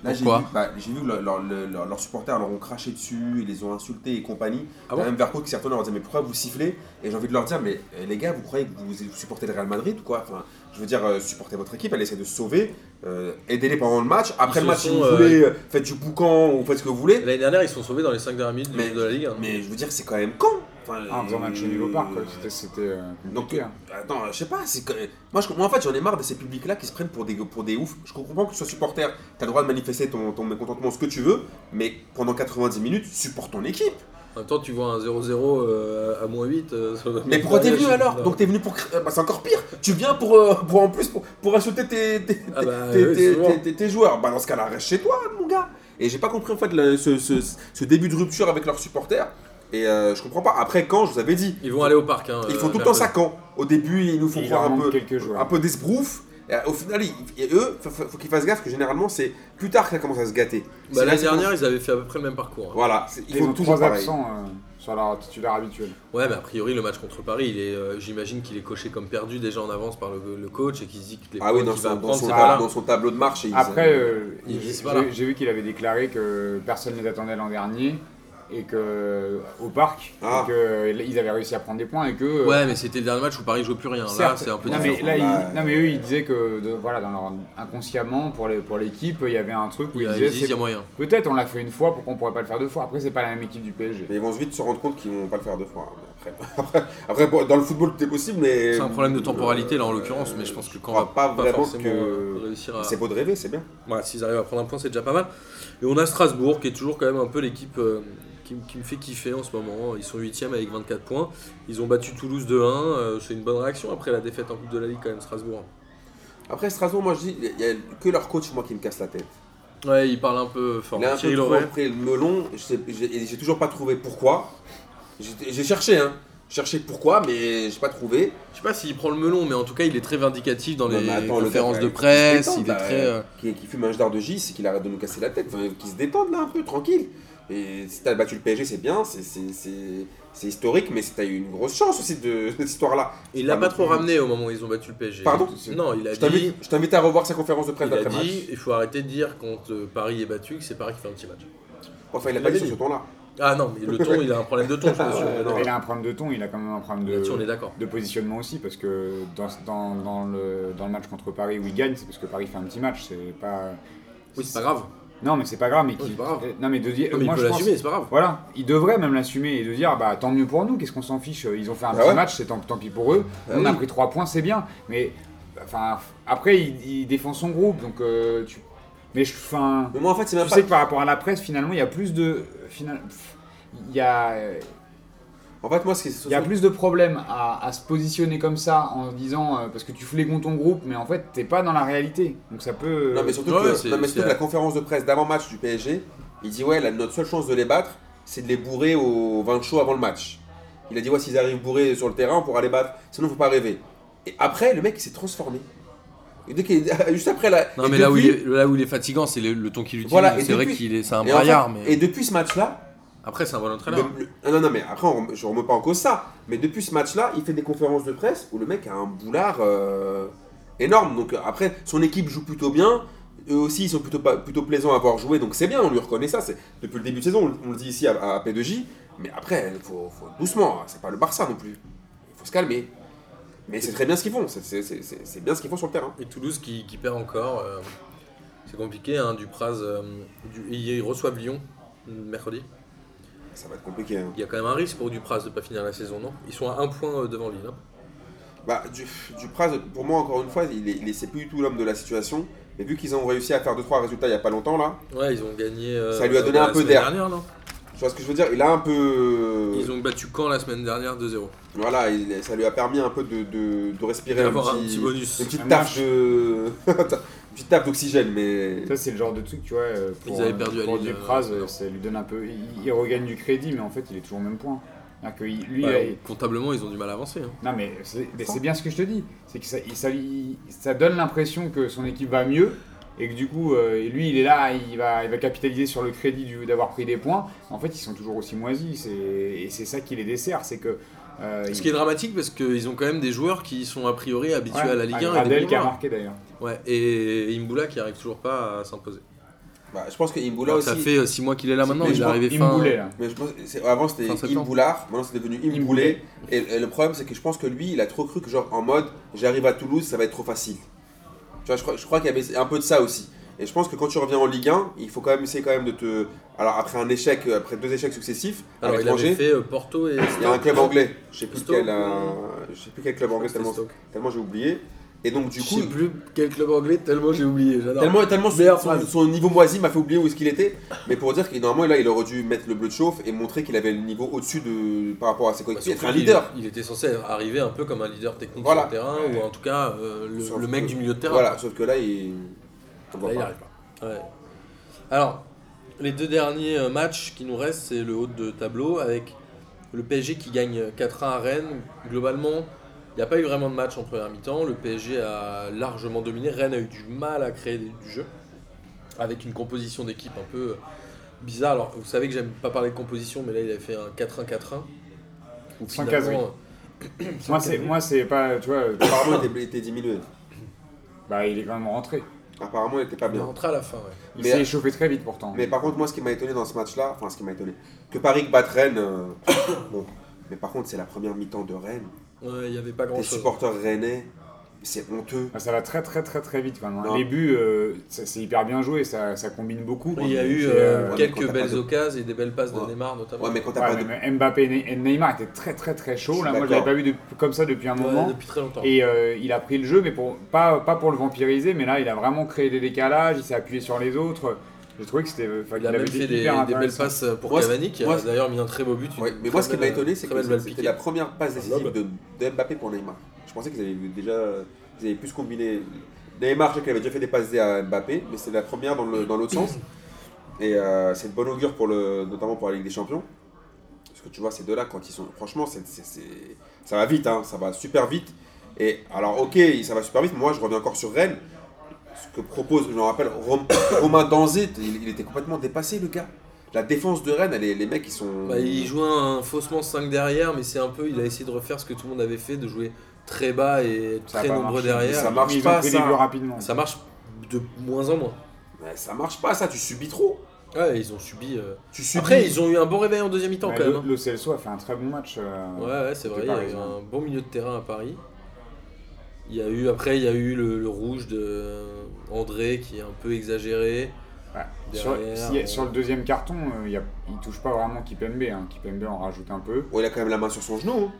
Là, j'ai vu, Pourquoi bah, j'ai vu que leur- leur- leur- leur- leurs supporters leur ont craché dessus, ils les ont insultés et compagnie. Ah Il y a bon même Verco qui s'est retourné en leur disant Mais pourquoi vous sifflez Et j'ai envie de leur dire Mais euh, les gars, vous croyez que vous vous supportez le Real Madrid ou quoi Enfin, Je veux dire, euh, supportez votre équipe, elle essaie de se sauver, euh, aidez-les pendant le match. Après Ils le se match, si sont, vous euh, voulez, euh, faites du boucan ou faites ce que vous voulez. L'année dernière, ils sont sauvés dans les 5 dernières minutes Mais- de la Ligue. hein. Mais je veux dire, c'est quand même con enfin, euh, Ah, en faisant match nul au parc, quoi. euh, C'était- C'était euh, Donc, compliqué. hein. attends, je sais pas, c'est que- moi, je- moi, en fait j'en ai marre de ces publics-là qui se prennent pour des, pour des oufs. Je comprends que tu sois supporter, t'as le droit de manifester ton, ton mécontentement, ce que tu veux, mais pendant 90 minutes, supporte ton équipe. En même temps, tu vois un 0-0 euh, à moins 8. euh, sur le Mais match pourquoi t'es dernier, venu je- alors Non. Donc t'es venu pour... cr- euh, bah, c'est encore pire, tu viens pour, euh, pour en plus pour, pour insulter tes, tes, Ah bah, tes- oui, tes- souvent. tes- tes- tes joueurs. Bah dans ce cas-là, reste chez toi, mon gars. Et j'ai pas compris en fait le- ce, ce- ce début de rupture avec leurs supporters, et euh, je comprends pas. Après, quand je vous avais dit, Ils vont aller au parc. Hein, Ils euh, font tout le temps ça mercredi. quand Au début, ils nous font Il croire leur un manque peu, quelques joueurs. un peu d'esbrouf. Et euh, au final, ils, et eux, faut, faut- faut qu'ils fassent gaffe que généralement, c'est plus tard que ça commence à se gâter. Bah, C'est là L'année que ça commence- dernière, ils avaient fait à peu près le même parcours. hein. Voilà, c'est- ils Ils font ont toujours trois pareil. absents euh, sur leur titulaire habituel. Ouais, mais a priori, le match contre Paris, il est, euh, j'imagine qu'il est coché comme perdu déjà en avance par le, le coach et qu'il se dit que les Ah oui, points dans qu'il va son, dans prendre, son c'est ta- pas là. dans son tableau de marche. ils- Après, euh, ils j'ai- disent pas là. j'ai- j'ai vu qu'il avait déclaré que personne ne les attendait l'an dernier et que euh, au parc, Ah. et que euh, ils avaient réussi à prendre des points et que. euh, Ouais, mais c'était le dernier match où Paris joue plus rien. Là, certes, c'est un peu non, différent. mais, là, Bah, ils- non, mais eux ils disaient que de- voilà dans leur inconsciemment pour les- pour l'équipe il y avait un truc où Il y ils a- disaient ils disent, il y a c'est- moyen. peut-être on l'a fait une fois pourquoi on pourrait pas le faire deux fois après c'est pas la même équipe du PSG Mais ils vont vite se rendre compte qu'ils vont pas le faire deux fois. hein. Après, après, après, bon, dans le football, tout est possible, mais. C'est un problème de temporalité là en Euh, l'occurrence, mais je pense que quand crois va pas vraiment forcément que- réussir à. C'est beau de rêver, c'est bien. Voilà, s'ils arrivent à prendre un point, c'est déjà pas mal. Et on a Strasbourg qui est toujours quand même un peu l'équipe euh, qui, m- qui me fait kiffer en ce moment. Ils sont 8 avec 24 points. Ils ont battu Toulouse 2-1. euh, c'est une bonne réaction après la défaite en Coupe de la Ligue quand même, Strasbourg. Après, Strasbourg, moi, je dis, il y a que leur coach, moi, qui me casse la tête. Ouais, ils parlent un peu fort. Il a un peu Thierry trop Loret. repris le melon, je sais- j'ai et j'ai toujours pas trouvé pourquoi. J'ai j'ai cherché, hein. J'ai cherché pourquoi, mais j'ai pas trouvé. Je sais pas s'il prend le melon, mais en tout cas, il est très vindicatif dans Non, les mais attends, le conférences gars, de il faut presse. se Il est détendre, très. là. euh, Qui, qui fume un jar de gis, qu'il arrête de nous casser la tête, enfin, qu'il se détende là un peu, tranquille. Et si t'as battu le PSG, c'est bien, c'est- c'est- c'est c'est historique, mais si t'as eu une grosse chance aussi de cette histoire-là. Il l'a Ah, pas non. trop ramené au moment où ils ont battu le PSG. Pardon Non, il a Je dit. t'invite- je t'invite à revoir sa conférence de presse Il a d'après match. dit, il faut arrêter de dire quand euh, Paris est battu que c'est Paris qui fait un petit match. Enfin, il a il pas avait dit sur ce dit. ton-là. Ah non, mais le ton, il a un problème de ton, je pense. ouais, non. il a un problème de ton il a quand même un problème de Là-dessus, on est d'accord. de positionnement aussi parce que dans, dans, dans le, dans le match contre Paris où il gagne c'est parce que Paris fait un petit match c'est pas Oui, c'est pas grave. non mais c'est pas grave mais qui- c'est pas grave. euh, non mais de dire Non, mais moi, il peut je pense- l'assumer, c'est pas grave. voilà il devrait même l'assumer et de dire bah tant mieux pour nous qu'est-ce qu'on s'en fiche ils ont fait un Bah petit ouais. Bah match c'est tant, tant pis pour eux on a oui. pris trois points c'est bien mais enfin après il, il défend son groupe donc euh, tu mais je enfin Mais moi, en fait, c'est même tu pas. sais que par rapport à la presse finalement il y a plus de final pff, il y a euh, En fait, moi, ce qui ce il y a sont- plus de problèmes à, à se positionner comme ça en se disant euh, parce que tu flégons ton groupe, mais en fait t'es pas dans la réalité. Donc ça peut. Non mais surtout, Ouais, que, c'est- non, mais surtout c'est- que la conférence de presse d'avant-match du PSG, il dit ouais, la- notre seule chance de les battre, c'est de les bourrer au vin chaud avant le match. Il a dit ouais, s'ils arrivent bourrés sur le terrain, on pourra les battre, sinon faut pas rêver. Et après, le mec il s'est transformé. Et dès qu'il- juste après la... Non, et mais là où, depuis- il est, là où il est fatigant, c'est le, le ton qu'il utilise. Voilà, et c'est vrai depuis- qu'il est, c'est un et en fait- braillard, mais Et depuis ce match-là, après, c'est un bon entraîneur. hein. le- le- ah non, non, mais après, on rem- je remets pas en cause ça. Mais depuis ce match-là, il fait des conférences de presse où le mec a un boulard euh, énorme. Donc euh, après, son équipe joue plutôt bien. Eux aussi, ils sont plutôt, pas- plutôt plaisants à avoir joué. Donc c'est bien, on lui reconnaît ça. C'est, depuis le début de saison, on, le- on le dit ici à, à P2J. Mais après, il faut, faut doucement. hein. C'est pas le Barça non plus. Il faut se calmer. Mais c'est très bien ce qu'ils font. C'est, c'est- c'est- c'est- c'est bien ce qu'ils font sur le terrain. Et Toulouse qui, qui perd encore. euh, c'est compliqué, hein, Dupraz. euh, du- ils reçoivent Lyon mm, mercredi. Ça va être compliqué. hein. Il y a quand même un risque pour Dupraz de pas finir la saison, non Ils sont à un point euh, devant Lille. hein. Bah, du, Dupraz, pour moi, encore une fois, il est, il est- c'est plus du tout l'homme de la situation. Mais vu qu'ils ont réussi à faire 2-3 résultats il y a pas longtemps, là, Ouais, ils ont gagné. euh, Ça lui a donné la un peu semaine d'air. dernière, non Tu vois ce que je veux dire Il a un peu. Ils ont battu quand la semaine dernière 2-0 Voilà, il- ça lui a permis un peu de, de- de respirer un D'avoir petit, un petit bonus. Une petite Un tape de. une petite tape d'oxygène, mais. euh, Ça c'est le genre de truc, tu vois. euh, Pour, Ils avaient euh, perdu à pour Lille, Dupraz, euh, euh, ça lui donne un peu. Il, il regagne du crédit, mais en fait il est toujours au même point. C'est-à-dire que il- lui, Bah, euh, il- Comptablement, ils ont du mal à avancer. hein. non mais c'est mais c'est bien ce que je te dis, c'est que ça, il- ça, lui- ça donne l'impression que son équipe va mieux, et que du coup, euh, et lui, il est là, il va, il va capitaliser sur le crédit du- d'avoir pris des points. En fait, ils sont toujours aussi moisis, c'est- et c'est ça qui les dessert, c'est que. euh, Ce ils- qui est dramatique parce qu'ils ont quand même des joueurs qui sont a priori habitués Ouais, à la Ligue hein. 1 et des Gradel qui a pouvoirs. marqué d'ailleurs. Ouais, et Imboula qui arrive toujours pas à s'imposer. Bah, je pense que Imboula Alors, aussi. Ça fait 6 mois qu'il est là maintenant, mais il je est pense- arrivé Il fin. moulait, là. Mais je pense, c'est- avant c'était Fin septembre. Imboulard, maintenant c'est devenu Imboulé. Et, et le problème c'est que je pense que lui il a trop cru que genre en mode j'arrive à Toulouse ça va être trop facile. Tu vois, je crois, je crois qu'il y avait un peu de ça aussi. Et je pense que quand tu reviens en Ligue 1, il faut quand même essayer quand même de te. Alors après un échec, euh, après deux échecs successifs à Alors il avait l'étranger, fait euh, Porto et il y a un Stoke. club anglais. Je sais plus Stoke, quel, euh, non je sais plus quel club anglais C'était tellement, Stoke. tellement j'ai oublié. Et donc du Je coup, sais plus quel club anglais, tellement j'ai oublié, j'adore. Tellement, tellement son, Meilleure son- phrase. son niveau moisi m'a fait oublier où est-ce qu'il était, mais pour dire que normalement là il aurait dû mettre le bleu de chauffe et montrer qu'il avait le niveau au-dessus de par rapport à ses Bah, coéquipiers, surtout être un qu'il- leader. Il, était censé arriver un peu comme un leader technique Voilà. sur le terrain, ou en tout cas euh, le, Sauf le mec que- du milieu de terrain. Voilà, sauf que là il. on voit Là, il pas. arrive pas. Ouais. Alors, les deux derniers euh, matchs qui nous restent, c'est le haut de tableau avec le PSG qui gagne 4-1 à Rennes. Globalement, il n'y a pas eu vraiment de match en première mi-temps. Le PSG a largement dominé. Rennes a eu du mal à créer des- du jeu avec une composition d'équipe un peu euh, bizarre. Alors, vous savez que j'aime pas parler de composition, mais là, il a fait un euh, 4-1-4-1. Ou 5 à 0. Moi, c'est, moi, c'est pas, tu vois, Apparemment il était, il était diminué. bah, il est quand même rentré. Apparemment il était pas il est bien. rentré à la fin. ouais. Il Mais- s'est échauffé très vite pourtant. Mais par contre moi ce qui m'a étonné dans ce match-là, enfin ce qui m'a étonné, que Paris batte Rennes. euh, bon, mais par contre c'est la première mi-temps de Rennes. Ouais, Il n'y avait pas Les grand-chose. supporters rennais, c'est honteux. Ah, Ça va très très très très vite quand même. hein. Non. Les buts, euh, ça- c'est hyper bien joué, ça, ça combine beaucoup. Il y a eu Et, euh, euh, ouais, mais quand quelques t'as pas belles de- occasions et des belles passes de Ouais. Neymar notamment. Ouais mais quand t'as ouais, pas de. mais Mbappé et Ne- et Neymar étaient très très très Je chauds. suis Là, moi, je d'accord. l'avais pas vu de- comme ça depuis un Ouais, moment. depuis très longtemps. Et euh, il a pris le jeu, mais pour, pas, pas pour le vampiriser, mais là, il a vraiment créé des décalages, il s'est appuyé sur les autres. J'ai trouvé que c'était. euh, enfin, il a qu'il avait même été fait des, hyper des belles intéressant. passes pour Moi, Cavani qui a moi, d'ailleurs mis un très beau but. une Ouais, mais très moi, ce qui m'a belle- étonné, c'est très que belle balle c'était piquée. la première passe décisive Lob. de, de Mbappé pour Neymar. Je pensais qu'ils avaient déjà, ils avaient plus combiné. Neymar, je sais qu'il avait déjà fait des passes D à Mbappé, mais c'est la première dans le- dans l'autre sens. Et euh, c'est de bonne augure pour le, notamment pour la Ligue des Champions. Parce que tu vois, ces deux-là, quand ils sont, franchement, c'est, c'est- c'est- ça va vite, hein, ça va super vite. Et alors, ok, ça va super vite. Moi, je reviens encore sur Rennes. Ce que propose, je me rappelle, Rom- Romain Danzé, il, il était complètement dépassé, le gars. La défense de Rennes, elle est- les mecs, ils sont. Bah, il joue un faussement 5 derrière, mais c'est un peu. Il a essayé de refaire ce que tout le monde avait fait, de jouer très bas et Ça a très pas nombreux marché. derrière. Ça marche Ils ont pas, pris ça. des buts rapidement. Ça marche de moins en moins. Ouais, ça marche pas, ça, tu subis trop. Ouais, ils ont subi. euh, Tu subis. Après, ils ont eu un bon réveil en deuxième mi-temps Mais quand même. le, hein. le Celso a fait un très bon match. euh, Ouais, ouais, c'est vrai, C'était il y a pas eu raison. un bon milieu de terrain à Paris. Il y a eu, après, il y a eu le, le rouge de euh, André qui est un peu exagéré. Ouais. Sur, Derrière, si- euh, sur le deuxième carton, euh, y a- il touche pas vraiment Kipembe. Hein. Kipembe en rajoute un peu. Ouais, il a quand même la main sur son genou. hein.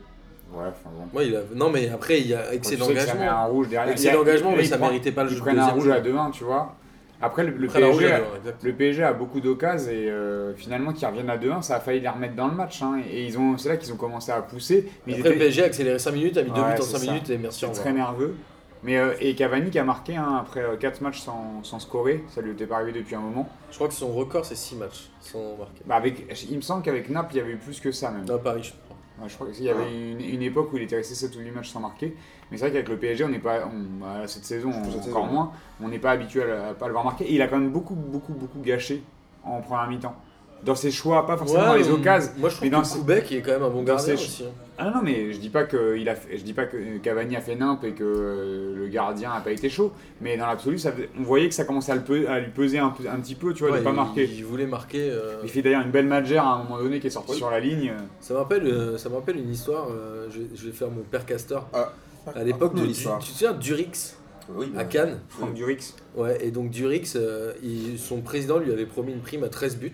Ouais, enfin bon. Ouais, il a- Non, mais après, il y a excès Quand tu sais que Ça met d'engagement. un rouge derrière. Excès Ah, Il y a- d'engagement, là, hein. mais il ça prend- méritait pas le Ils jeu- prennent deuxième un rouge jeu. à 2-1, tu vois. Après, le, le Après, la PSG, rouge, a- elle est- exact. le PSG a beaucoup d'occasions et euh, finalement, qu'ils reviennent à 2-1, ça a failli les remettre dans le match. hein. Et ils ont, c'est là qu'ils ont commencé à pousser. Mais ils Après, le étaient PSG a accéléré 5 minutes, a mis 2 Ouais, buts en c'est 5 ça. minutes et merci, au très revoir. nerveux. Mais, euh, et Cavani qui a marqué hein, après 4 matchs sans, sans scorer, ça lui était pas arrivé depuis un moment. Je crois que son record, c'est 6 matchs sans marquer. Bah, avec, il me semble qu'avec Naples, il y avait eu plus que ça même. À Paris, je crois. Ouais, je crois qu'il y avait une, une époque où il était resté 7 ou 8 matchs sans marquer. Mais c'est vrai qu'avec le PSG, on n'est pas, on- à cette saison, Pour cette encore saison, moins, on n'est pas habitué à, le- à pas le voir marquer. Et il a quand même beaucoup, beaucoup, beaucoup gâché en première mi-temps. Dans ses choix, pas forcément dans Ouais, les euh, occasions. Moi, je trouve mais dans que ses- Koubek est quand même un bon dans gardien ses- aussi. hein. Ah non, mais je dis pas que il a, fait- je dis pas que Cavani a fait nimp et que euh, le gardien a pas été chaud. Mais dans l'absolu, ça faisait- on voyait que ça commençait à, le pe- à lui peser un, peu- un petit peu, tu vois, Ouais, de pas il- marquer. Il voulait marquer. euh, Il fait d'ailleurs une belle magère à un moment donné qui est sortie Oui. sur la ligne. Ça me rappelle, euh, ça me rappelle une histoire. euh, je, vais- je vais faire mon père Castor. Ah, à l'époque, raconte-nous de- tu l'histoire. tu te souviens de Durix Oui, à mais- Cannes Franck Durix. Ouais, et donc Durix, euh, il- son président lui avait promis une prime à 13 buts.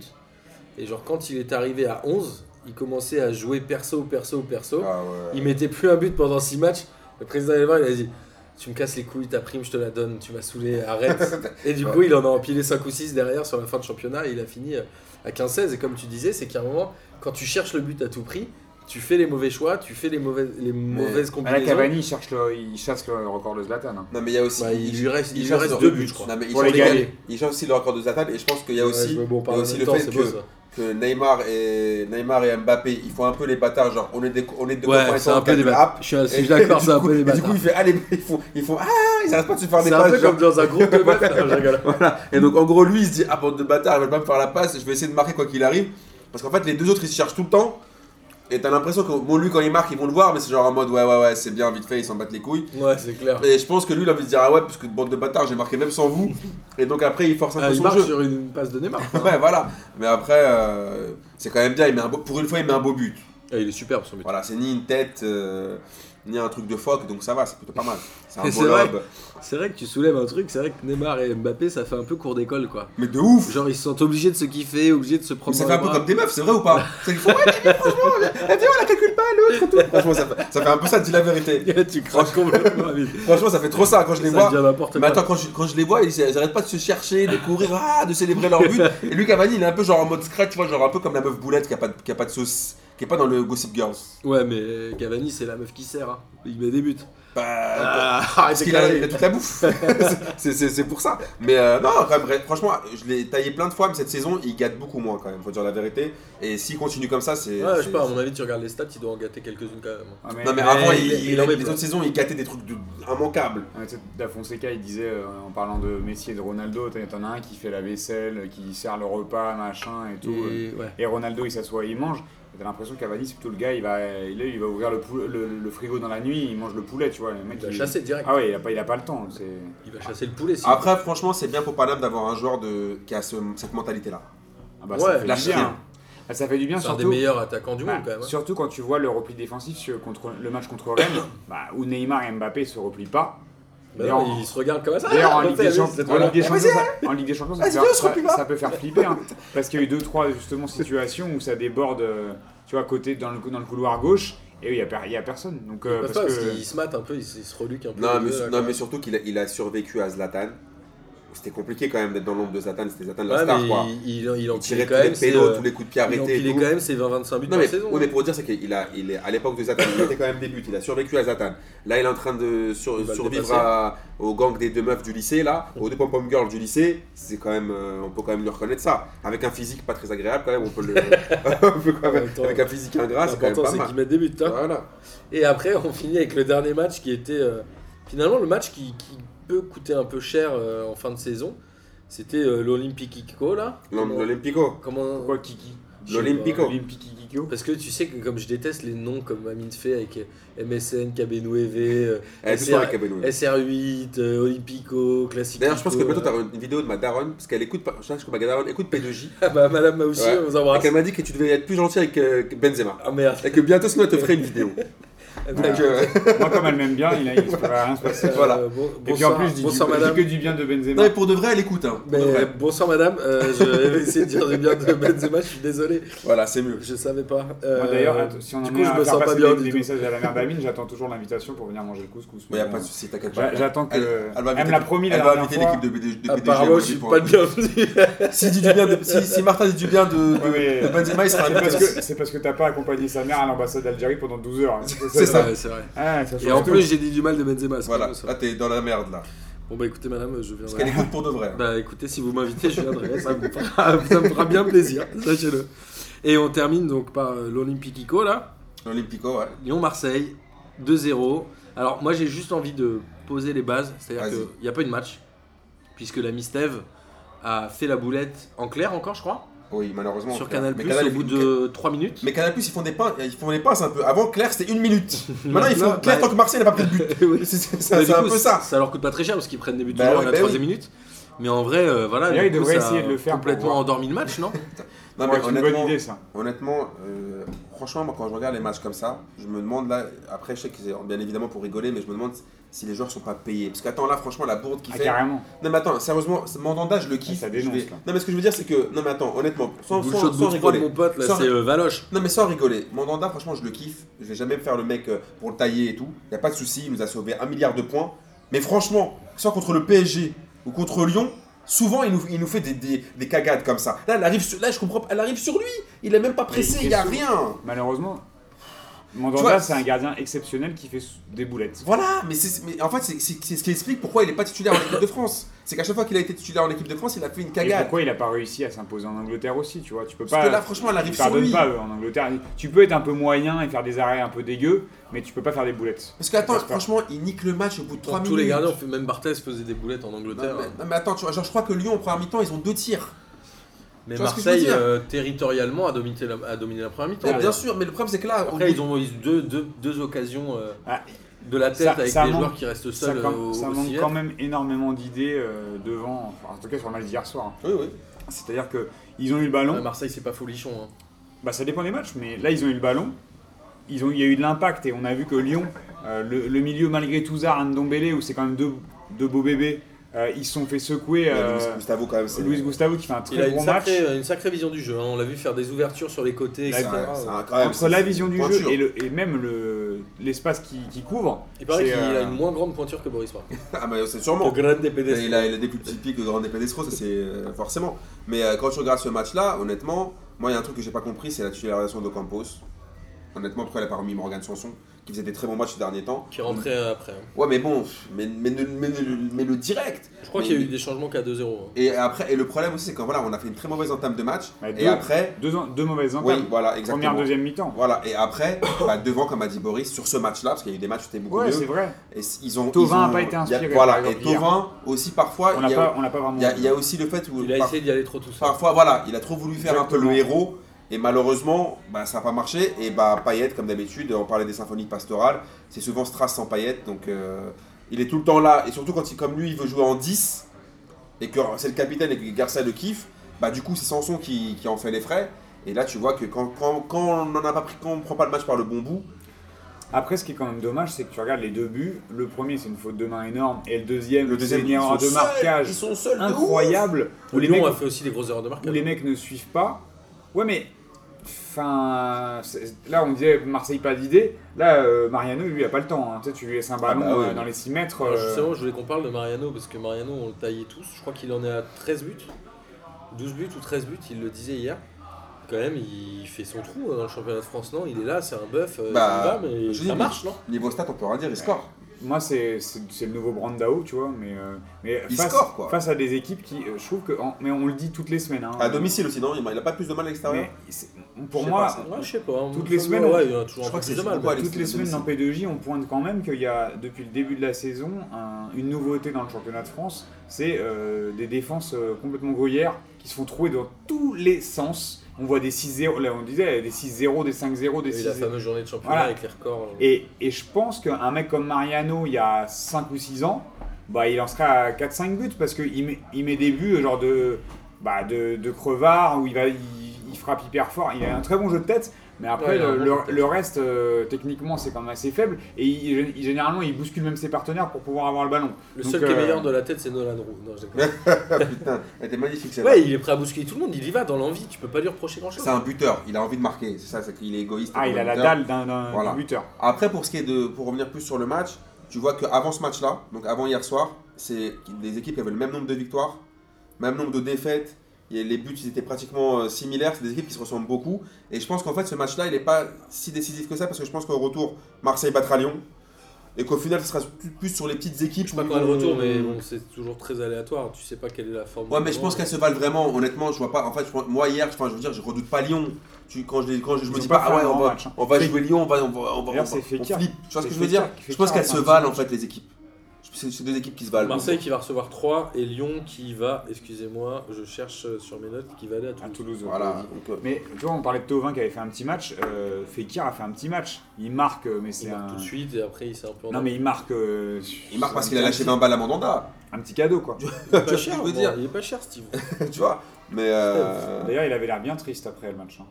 Et genre, quand il est arrivé à 11, il commençait à jouer perso, perso, perso. Ah, ouais. Il mettait plus un but pendant 6 matchs. Le président allait le voir, il a dit Tu me casses les couilles, ta prime, je te la donne, tu m'as saoulé, arrête. et du coup, il en a empilé 5 ou 6 derrière sur la fin de championnat et il a fini euh, à 15-16. Et comme tu disais, c'est qu'à un moment, quand tu cherches le but à tout prix, tu fais les mauvais choix, tu fais les mauvaises, les mauvaises Ah, là, combinaisons. Cavani, il, cherche le- il chasse le record de Zlatan. hein. Non, mais il y a aussi. Bah, il lui reste, il lui cherche reste le- deux buts, je crois. Non, mais il Pour cherche les le- gagner. Il cherche aussi le record de Zlatan et je pense qu'il y a aussi, Ouais, mais bon, on il y a parle en aussi même le temps, fait c'est que, beau, ça. que Neymar, et, Neymar et Mbappé ils font un peu les bâtards. Genre, on est des, on est des copains, Ouais, ils c'est sont un peu quatre des apes. bâtards. Je suis- je Et- suis d'accord, du c'est un coup- peu des et Du bâtards. coup, il fait allez, ils font, ils font ah, ils arrêtent pas de se faire des C'est un passes. peu genre. comme dans un groupe de meufs. Non, je rigole. Voilà. Et donc en gros, lui, il se dit Ah, bande de bâtards, ils veulent pas me faire la passe, je vais essayer de marquer quoi qu'il arrive. Parce qu'en fait, les deux autres, ils se cherchent tout le temps. Et t'as l'impression que, bon, lui, quand il marque, ils vont le voir, mais c'est genre en mode Ouais, ouais, ouais, c'est bien, vite fait, ils s'en battent les couilles. Ouais, c'est clair. Et je pense que lui, il a envie de dire Ah, ouais, parce que bande de bâtards, j'ai marqué même sans vous. Et donc après, il force un Ah, peu il son marche jeu. sur une passe de Neymar. Ouais, voilà. Mais après, euh, c'est quand même bien, il met un beau- pour une fois, il met un beau but. Ah, il est superbe son but. Voilà, c'est ni une tête, euh, ni un truc de phoque, donc ça va, c'est plutôt pas mal. C'est un Et beau c'est vrai. lobe. C'est vrai que tu soulèves un truc, c'est vrai que Neymar et Mbappé, ça fait un peu cours d'école quoi. Mais de ouf! Genre ils sont obligés de se kiffer, obligés de se Mais prendre. ça fait dans un les peu bras. comme des meufs, c'est vrai ou pas C'est qu'ils font ouais, t'as vu, franchement, elle Oh, vient, on la calcule pas, l'autre, tout. Franchement, ça fait, ça fait un peu ça, dis la vérité. tu craches complètement vite. Franchement, ça fait trop ça quand je les Ça vois. devient n'importe Mais quoi. attends, quand je, quand je les vois, ils, ils arrêtent pas de se chercher, de courir, ah, de célébrer leur but. Et lui, Cavani, il est un peu genre en mode scratch, tu vois, genre un peu comme la meuf boulette qui a pas de, qui a pas de sauce, qui est pas dans le Gossip Girls. Ouais, mais Cavani, c'est la meuf qui sert. hein. Il met des buts. Bah, Ah, parce qu'il a, il a toute la bouffe. c'est, c'est- c'est pour ça. Mais euh, non, quand même, franchement, je l'ai taillé plein de fois, mais cette saison, il gâte beaucoup moins quand même, faut dire la vérité. Et s'il continue comme ça, c'est. Ouais, je c'est- sais pas, à mon avis, tu regardes les stats, il doit en gâter quelques-unes quand même. Ah, mais- Non mais, mais- avant, il- il, il il- en met les plein. autres saisons, il gâtait des trucs de- immanquables. Ouais, ah, tu sais, Da Fonseca, il disait euh, en parlant de Messi et de Ronaldo, t'en- t'en as un qui fait la vaisselle, qui sert le repas, machin et tout. euh. Et ouais. Et, Ronaldo, il s'assoit et il mange. Et T'as l'impression qu'Avani, c'est plutôt le gars, il va, il, est- il va ouvrir le, poul- le, le frigo dans la nuit, il mange le poulet, tu vois. Le mec, Il va il- chasser direct. Ah ouais, il a pas, il a pas le temps. c'est- Il va chasser le poulet. Si Après, franchement, c'est bien pour Paname d'avoir un joueur de... qui a ce- cette mentalité-là. Ah bah, Ouais, ça fait lâche du bien. rien. Ah, Ça fait du bien, c'est un des surtout. meilleurs attaquants du bah, monde quand même. hein. Surtout quand tu vois le repli défensif sur- contre le match contre Rennes, bah, où Neymar et Mbappé se replient pas. Bah Mais non, en- il se regarde comme ça. D'ailleurs, en, Ah, Ligue des oui, Champ- c'est en voilà. Ligue des Champions, Vas-y, Ah, ça- en Ligue des Champions, ça, peut Vas-y, faire, viens, on se ça- replie là. ça peut faire flipper. hein, parce qu'il y a eu deux, trois justement situations où ça déborde, euh, tu vois, à côté dans le, cou- dans le couloir gauche, et il n'y a, per- il y a personne. Donc, euh, Parce, parce que- qu'il se mate un peu, il, se- il se reluque un peu. Non, les mais, deux, là, non, quoi. mais surtout qu'il a, il a survécu à Zlatan. C'était compliqué quand même d'être dans l'ombre de Zlatan, c'était Zlatan la Ouais, star mais quoi. il, il, il Il tirait empilait tous quand les même. ses, pédos, euh, tous les coups de pied Il arrêtés et empilait tout. quand même ses 20-25 buts Non par mais saison. on est hein. pour dire c'est qu'il a, il est, à l'époque de Zlatan, il était quand même des buts, il a survécu à Zlatan. Là il est en train de sur- Il va le survivre dépasser. à- au gang des deux meufs du lycée là, aux deux pom-pom girls du lycée, c'est quand même, euh, on peut quand même lui reconnaître ça. Avec un physique pas très agréable quand même, on peut le, on peut quand même- Attends. avec un physique ingrat c'est quand même L'important, pas c'est qu'il mal. mette des buts. hein. Voilà. Et après, on finit avec le dernier match qui était euh, finalement le match qui, qui peut coûter un peu cher euh, en fin de saison. C'était euh, l'Olympico là. L'Olympico. Comment- L'Olympico. Comment Pourquoi Kiki Je sais pas. L'Olympico. Olympique Kikiko Parce que tu sais que comme je déteste les noms comme Amine fait avec euh, MSN, KB9V, euh, Eh, tout SR ça avec Abelou. SR8, euh, Olympico, Classico. D'ailleurs, je pense que euh, bientôt t'auras une vidéo de ma daronne, parce qu'elle écoute, pas- je sais que ma daronne écoute P2J, Ah bah, Madame Maoussi, Ouais. on vous et embrasse. qu'elle m'a dit que tu devais être plus gentil avec euh, Benzema. Ah merde. Et que bientôt, sinon, elle te ferait une vidéo. Donc, euh, Moi, comme elle m'aime bien, il ne se pourrait rien se passer. voilà. Euh, bon- Et puis en bonsoir, plus, je dis, du- bonsoir je dis madame. que du bien de Benzema. Non, mais pour de vrai, elle écoute. Hein. Pour Mais, de vrai. euh, bonsoir madame, Euh, je vais essayer de dire du bien de Benzema, je suis désolé, Voilà, c'est mieux. je savais pas. Moi, Euh, d'ailleurs, att- si on en du est coup, à je me faire sens pas passer bien des, du des tout. messages à la mère Babine, j'attends toujours l'invitation pour venir manger le couscous. Il n'y a pas de souci, t'inquiète J'a- pas. J'attends que. Elle, elle va Elle me inviter, l'a promis la elle va dernière inviter fois. l'équipe de, BD de Ah, PDG. Apparemment, je suis pas le bienvenu. si, dit du bien de- si, si Martin dit du bien de, Ouais, mais- de Benzema, il sera C'est invité. parce que- C'est parce que t'as pas accompagné sa mère à l'ambassade d'Algérie pendant 12 heures. hein. C'est ça. Ouais, c'est vrai. Ah, ça Et en change plus, tout. j'ai dit du mal de Benzema. c'est Voilà, pas ça. là t'es dans la merde là. Bon bah écoutez madame, je Parce qu'elle viendrai. écoute pour de vrai. hein. Bah écoutez, si vous m'invitez, je viendrai. Ça me fera, ça me fera bien plaisir, sachez-le. Et on termine donc par euh, l'Olympico là. L'Olympico, ouais. Lyon-Marseille, 2-0. Alors moi j'ai juste envie de poser les bases, c'est-à-dire Vas-y. qu'il n'y a pas eu de match, puisque la Mistève a fait la boulette en clair encore je crois, Oui, malheureusement. sur Claire. Canal+, Mais au ils bout font- de 3 minutes. Mais Canal ils font des pinces, ils font des pinces un peu. Avant Claire c'était une minute. Maintenant ils font Maintenant, Claire bah- tant que Marseille n'a pas pris de but. Oui. C'est- C'est Mais c'est- du c'est un coup, peu ça. Ça leur coûte pas très cher parce qu'ils prennent des buts de Bah loin ouais, à la bah oui. troisième minute. Mais en vrai, euh, voilà, D'ailleurs, du ils coup, devraient ça essayer de le faire pour complètement voir. endormi le match, non Non, Ouais, C'est une bonne idée ça. Honnêtement, euh, franchement, moi quand je regarde les matchs comme ça, je me demande là, après je sais que c'est bien évidemment pour rigoler, mais je me demande si les joueurs sont pas payés. Parce qu'attends, là franchement, la bourde qui Ah, fait. carrément. Non mais attends, sérieusement, ce Mandanda, je le kiffe. Ah, ça dénonce, je vais- là. Non mais ce que je veux dire, c'est que. Non mais attends, honnêtement, sans, Boule sans- chaude, sans boule froide, rigoler. mon pote, là, Sans- c'est euh, Valoche. Non mais sans rigoler, Mandanda, franchement, je le kiffe. Je vais jamais me faire le mec euh, pour le tailler et tout. Y a pas de souci, il nous a sauvé un milliard de points. Mais franchement, que ce soit contre le PSG ou contre Lyon, souvent il nous, il nous fait des, des, des cagades comme ça. Là, elle arrive sur, là, je comprends, pas, elle arrive sur lui. Il est même pas pressé, il il y a fait rien. Malheureusement, Tu vois, Mandanda, c'est un gardien exceptionnel qui fait sou- des boulettes. Voilà, mais, c'est- mais en fait, c'est- c'est c'est ce qui explique pourquoi il est pas titulaire en équipe de France. c'est qu'à chaque fois qu'il a été titulaire en équipe de France, il a fait une Et cagade. pourquoi il n'a pas réussi à s'imposer en Angleterre aussi, tu vois Tu peux Parce pas. que là, franchement, elle ils arrive sur pardonnent lui. pas eux, en Angleterre. Tu peux être un peu moyen et faire des arrêts un peu dégueux, mais tu peux pas faire des boulettes. Parce que attends, J'espère. franchement, il nique le match au bout de 3 minutes. Tous les gardiens, on fait même Barthez faisait des boulettes en Non, Angleterre. mais, non, mais attends, tu vois, genre, je crois que Lyon en première mi-temps, ils ont deux tirs. Mais Tu vois ce que je veux Marseille, dire euh, territorialement, a dominé la, a dominé la première mi-temps. Mais bien sûr, mais le problème c'est que là, au Après, bout- ils ont eu deux, deux, deux occasions euh, Ah. de la tête Ça- avec ça des manque- joueurs qui restent Ça, seuls quand- euh, au, ça au manque siège. quand même énormément d'idées euh, devant, enfin, en tout cas sur le match d'hier soir. hein. Oui, oui. C'est-à-dire que ils ont eu le Ouais, ballon, Ah, Marseille, c'est pas folichon. hein. bah, ça dépend des matchs, mais là ils ont eu le ballon, ils ont, il y a eu de l'impact et on a vu que Lyon, euh, le, le milieu malgré tout Zar, Ndombele, où c'est quand même deux, deux beaux bébés, euh, ils se sont fait secouer. euh, Luis Gustavo quand même, c'est Luis Gustavo qui fait un très Il a bon une match. sacrée, une sacrée vision du jeu. hein. On l'a vu faire des ouvertures sur les côtés, Ouais, etc. Ouais, c'est un- Ah, quand même, Entre c'est- la c'est vision du pointure. jeu et, le, et même le- l'espace qui, qui couvre. Il paraît c'est, qu'il euh, a une moins grande pointure que Boris Park. Ah, bah, c'est sûrement. grande Mais il, a, il a des plus petits pics que Grande Pedestro, ça c'est euh, forcément. Mais euh, quand tu regardes ce match-là, honnêtement, moi il y a un truc que j'ai pas compris, c'est la titularisation de Campos. Honnêtement, pourquoi elle a pas remis Morgan Sanson, qui faisait des très bons matchs ces derniers temps. Qui rentrait après. hein. Ouais, mais bon, pff, mais, mais, ne- mais ne- mais le direct. Je crois Mais- qu'il y a eu des changements qu'à 2-0. hein. Et après, et le problème aussi, c'est quand voilà, on a fait une très mauvaise entame de match, Ouais, et bah, deux. après, deux, en- deux mauvaises entames. oui, voilà, exactement. Première, deuxième mi-temps. Voilà, et après, bah, devant, comme a dit Boris, sur ce match-là, parce qu'il y a eu des matchs où c'était beaucoup Ouais, mieux, c'est vrai. et s- ils ont. Thauvin ils ont- a pas été il y a- inspiré, par Voilà, et exemple, hier. Thauvin aussi, parfois, On Ah, il n'a y, a, pas, on l'a pas vraiment. il y a- il y a aussi le fait où. Il a par- essayé d'y aller trop tout seul. Parfois, voilà, il a trop voulu faire un peu Exactement. le héros. Et malheureusement, bah, ça n'a pas marché. Et bah, Payet, comme d'habitude, on parlait des symphonies pastorales. C'est souvent Strass sans Payet. Donc, euh, il est tout le temps là. Et surtout, quand il, comme lui, il veut jouer en 10, et que c'est le capitaine et que Garcia le kiffe, bah, du coup, c'est Sanson qui, qui en fait les frais. Et là, tu vois que quand, quand, quand on n'en a pas pris, quand on prend pas le match par le bon bout, Après, ce qui est quand même dommage, c'est que tu regardes les deux buts. Le premier, c'est une faute de main énorme. Et le deuxième, le deuxième, c'est une ils sont erreur de seuls, marquage ils sont seuls de ouf. incroyable. Où les, Lyon a mecs, fait aussi des grosses erreurs de marque. où les mecs ne suivent pas. Ouais, mais. Enfin, c'est- là on disait Marseille pas d'idée. Là, euh, Mariano, lui, il a pas le temps. hein. Tu sais, tu lui laisses un ballon bah ouais. euh, dans les 6 mètres. Alors, euh, Justement, je voulais qu'on parle de Mariano parce que Mariano, on le taillait tous. Je crois qu'il en est à 13 buts. 12 buts ou 13 buts, il le disait hier. Quand même, il fait son trou euh, dans le championnat de France, non Il est là, c'est un bœuf, euh, Bah, il y va, mais je ça dis, marche, non niveau stats, on peut rien dire, il score. Moi, c'est c'est- c'est le nouveau Brandao, tu vois, mais, euh, mais Il face, score, quoi. face à des équipes qui, euh, je trouve que, en- mais on le dit toutes les semaines. hein. À domicile hein. aussi, non Il n'a pas plus de mal à l'extérieur Mais c'est- pour Je sais moi, pas, ça. Ouais, je sais pas. hein. Toutes les Ouais, semaines, ouais, il y en a toujours je un peu crois que plus c'est de mal. beaucoup à mais- Bah, toutes les semaines dans P2J, on pointe quand même qu'il y a depuis le début de la saison un- une nouveauté dans le championnat de France, c'est euh, des défenses euh, complètement gruyères qui se font trouer dans tous les sens. On voit des 6-0, là on disait des 6-0, des 5-0, des Il y a eu la 6-0. fameuse journée de championnat Voilà. avec les records. euh. Et, et je pense qu'un mec comme Mariano, il y a 5 ou 6 ans, bah, il en serait à 4-5 buts parce qu'il met, il met des buts euh, genre de, bah, de, de crevard où il, va, il, il frappe hyper fort. Il a un très bon jeu de tête, mais après, Ouais, il a un le, bon le- jeu de tête. le reste, euh, techniquement, c'est quand même assez faible. Et il- il- généralement, il bouscule même ses partenaires pour pouvoir avoir le ballon. Le Donc, seul qui est euh, meilleur de la tête, c'est Nolan Roux. Non, je déconne. Putain, elle était magnifique celle-là. Ouais, il est prêt à bousculer tout le monde, il y va dans l'envie, tu peux pas lui reprocher grand chose. C'est un buteur, il a envie de marquer, c'est ça, c'est qu'il est égoïste. Ah, comme il un a la buteur. dalle d'un d'un- Voilà. d'un buteur. Après, pour ce qui est de, pour revenir plus sur le match, tu vois qu'avant ce match-là, donc avant hier soir, c'est des équipes qui avaient le même nombre de victoires, même nombre de défaites. Et les buts ils étaient pratiquement euh, similaires, c'est des équipes qui se ressemblent beaucoup. Et je pense qu'en fait, ce match-là, il n'est pas si décisif que ça, parce que je pense qu'au retour, Marseille battra Lyon. Et qu'au final, ce sera plus- plus sur les petites équipes. Je sais pas où- quand elle retourne, mais bon, c'est toujours très aléatoire, tu sais pas quelle est la forme. Ouais, du mais je moment. pense qu'elles se valent vraiment. Honnêtement, je vois pas. En fait, je pense- moi hier, enfin, je veux dire, je redoute pas Lyon. Tu, quand je, les- quand je, je Ils me ont dis pas pas, fait ah ouais, un on grand va, match, hein. on va C'est- jouer Lyon, on va, on va, on va, on D'ailleurs, va- c'est Fekir. on flippe. Tu vois ce que C'est je veux dire Fekir qui fait Je pense ça, qu'elles enfin, se c'est valent en match. fait, les équipes. Je- C'est c'est deux équipes qui se valent. Marseille qui va recevoir 3 et Lyon qui va, excusez-moi, je cherche euh, sur mes notes, qui va aller à À Toulouse. Toulouse. Voilà. donc, euh, Mais tu vois, on parlait de Tovin qui avait fait un petit match. euh, Fekir a fait un petit match. Il marque, euh, mais c'est Il marque un. tout de suite et après il s'est un peu en Non, mais il marque. euh, Il marque parce un qu'il a petit- lâché 20 balles à Mandanda. Un petit cadeau, quoi. il est tu vois pas ce que je cher, veux moi, dire il est pas cher Steve. tu vois Mais. euh, D'ailleurs, il avait l'air bien triste après le match. hein.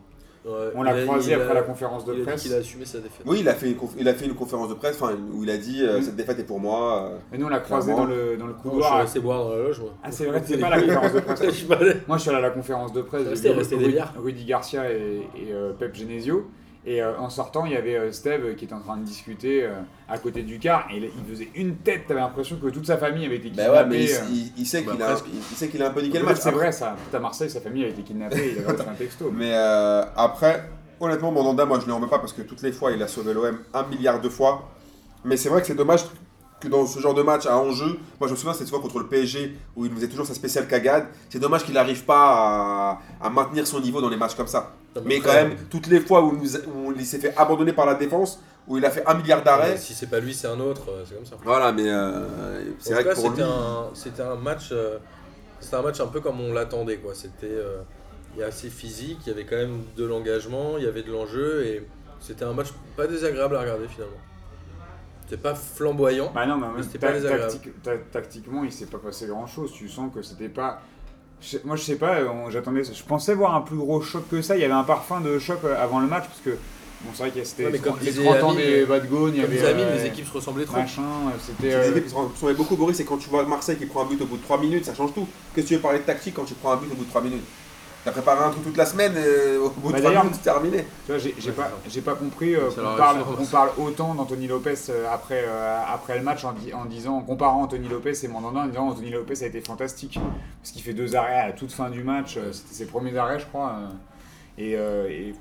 Ouais, On il l'a a- croisé il après a- la conférence de Il a dit presse. qu'il a assumé sa défaite. Oui, il a, fait une conf- il a fait une conférence de presse enfin, où il a dit euh, Mm. cette défaite est pour moi. euh. Et nous, on l'a croisé dans Clairement. le, dans le Non, je suis couloir. resté boire dans la loge, moi. ah, c'est vrai, c'est pas la conférence de presse. Je suis pas allé. Moi, je suis allé à la conférence de presse. Resté, j'ai vu resté Rudy- des milliards. Rudy Garcia et, et, euh, Pep Genesio. Et euh, en sortant, il y avait euh, Steve qui était en train de discuter euh, à côté du car. Et il, il faisait une tête. T'avais l'impression que toute sa famille avait été Bah ouais, kidnappée. mais il, euh. il- il sait Bah, qu'il a, presque. il- il sait qu'il a un peu niqué le Peut-être match. C'est vrai, ça. Tout à Marseille, sa famille avait été kidnappée. Il avait reçu un texto. Mais euh, après, honnêtement, Mandanda, moi je ne l'en veux pas parce que toutes les fois, il a sauvé l'OM un milliard de fois. Mais c'est vrai que c'est dommage que dans ce genre de match à enjeu. Moi, je me souviens cette fois contre le PSG où il faisait toujours sa spéciale cagade. C'est dommage qu'il n'arrive pas à, à maintenir son niveau dans les matchs comme ça. Mais quand même, toutes les fois où, nous- où il s'est fait abandonner par la défense, où il a fait un milliard d'arrêts, Si c'est pas lui, c'est un autre, euh, c'est comme ça. voilà, mais euh, c'est En tout vrai cas, que pour c'était lui, un, c'était un match, euh, c'était un match un peu comme on l'attendait, quoi. C'était, euh, il y a assez physique, il y avait quand même de l'engagement, il y avait de l'enjeu et c'était un match pas désagréable à regarder finalement. C'était pas flamboyant. Bah non, mais en même C'était ta- pas désagréable. tactique- ta- tactiquement, il s'est pas passé grand chose. Tu sens que c'était pas. je sais- Moi, je sais pas, euh, on- j'attendais. Je pensais voir un plus gros choc que ça. Il y avait un parfum de choc euh, avant le match, parce que. Bon, c'est vrai qu'il y a- c'était Ouais, mais les comme 30 disait les 30 ans Amine, des Bad Gone, il y Comme avait. les amis, euh, les équipes se ressemblaient trop. Machin, euh, c'était. Les euh, équipes qui sont- qui sont beaucoup bourrées, c'est quand tu vois Marseille qui prend un but au bout de 3 minutes, ça change tout. Qu'est-ce que tu veux parler de tactique quand tu prends un but au bout de 3 minutes T'as préparé un truc toute la semaine, euh, au bout Bah, de 3 d'ailleurs- minutes, c'est terminé. Tu vois, j'ai j'ai Ouais, pas, c'est j'ai pas compris euh, Ça qu'on leur parle, réussit, qu'on ça. parle autant d'Anthony Lopez euh, après, euh, après le match en, di- en disant, en comparant Anthony Lopez et Mandanda, en disant Anthony Lopez a été fantastique parce qu'il fait deux arrêts à la toute fin du match, euh, c'était ses premiers arrêts, je crois. euh, et euh, et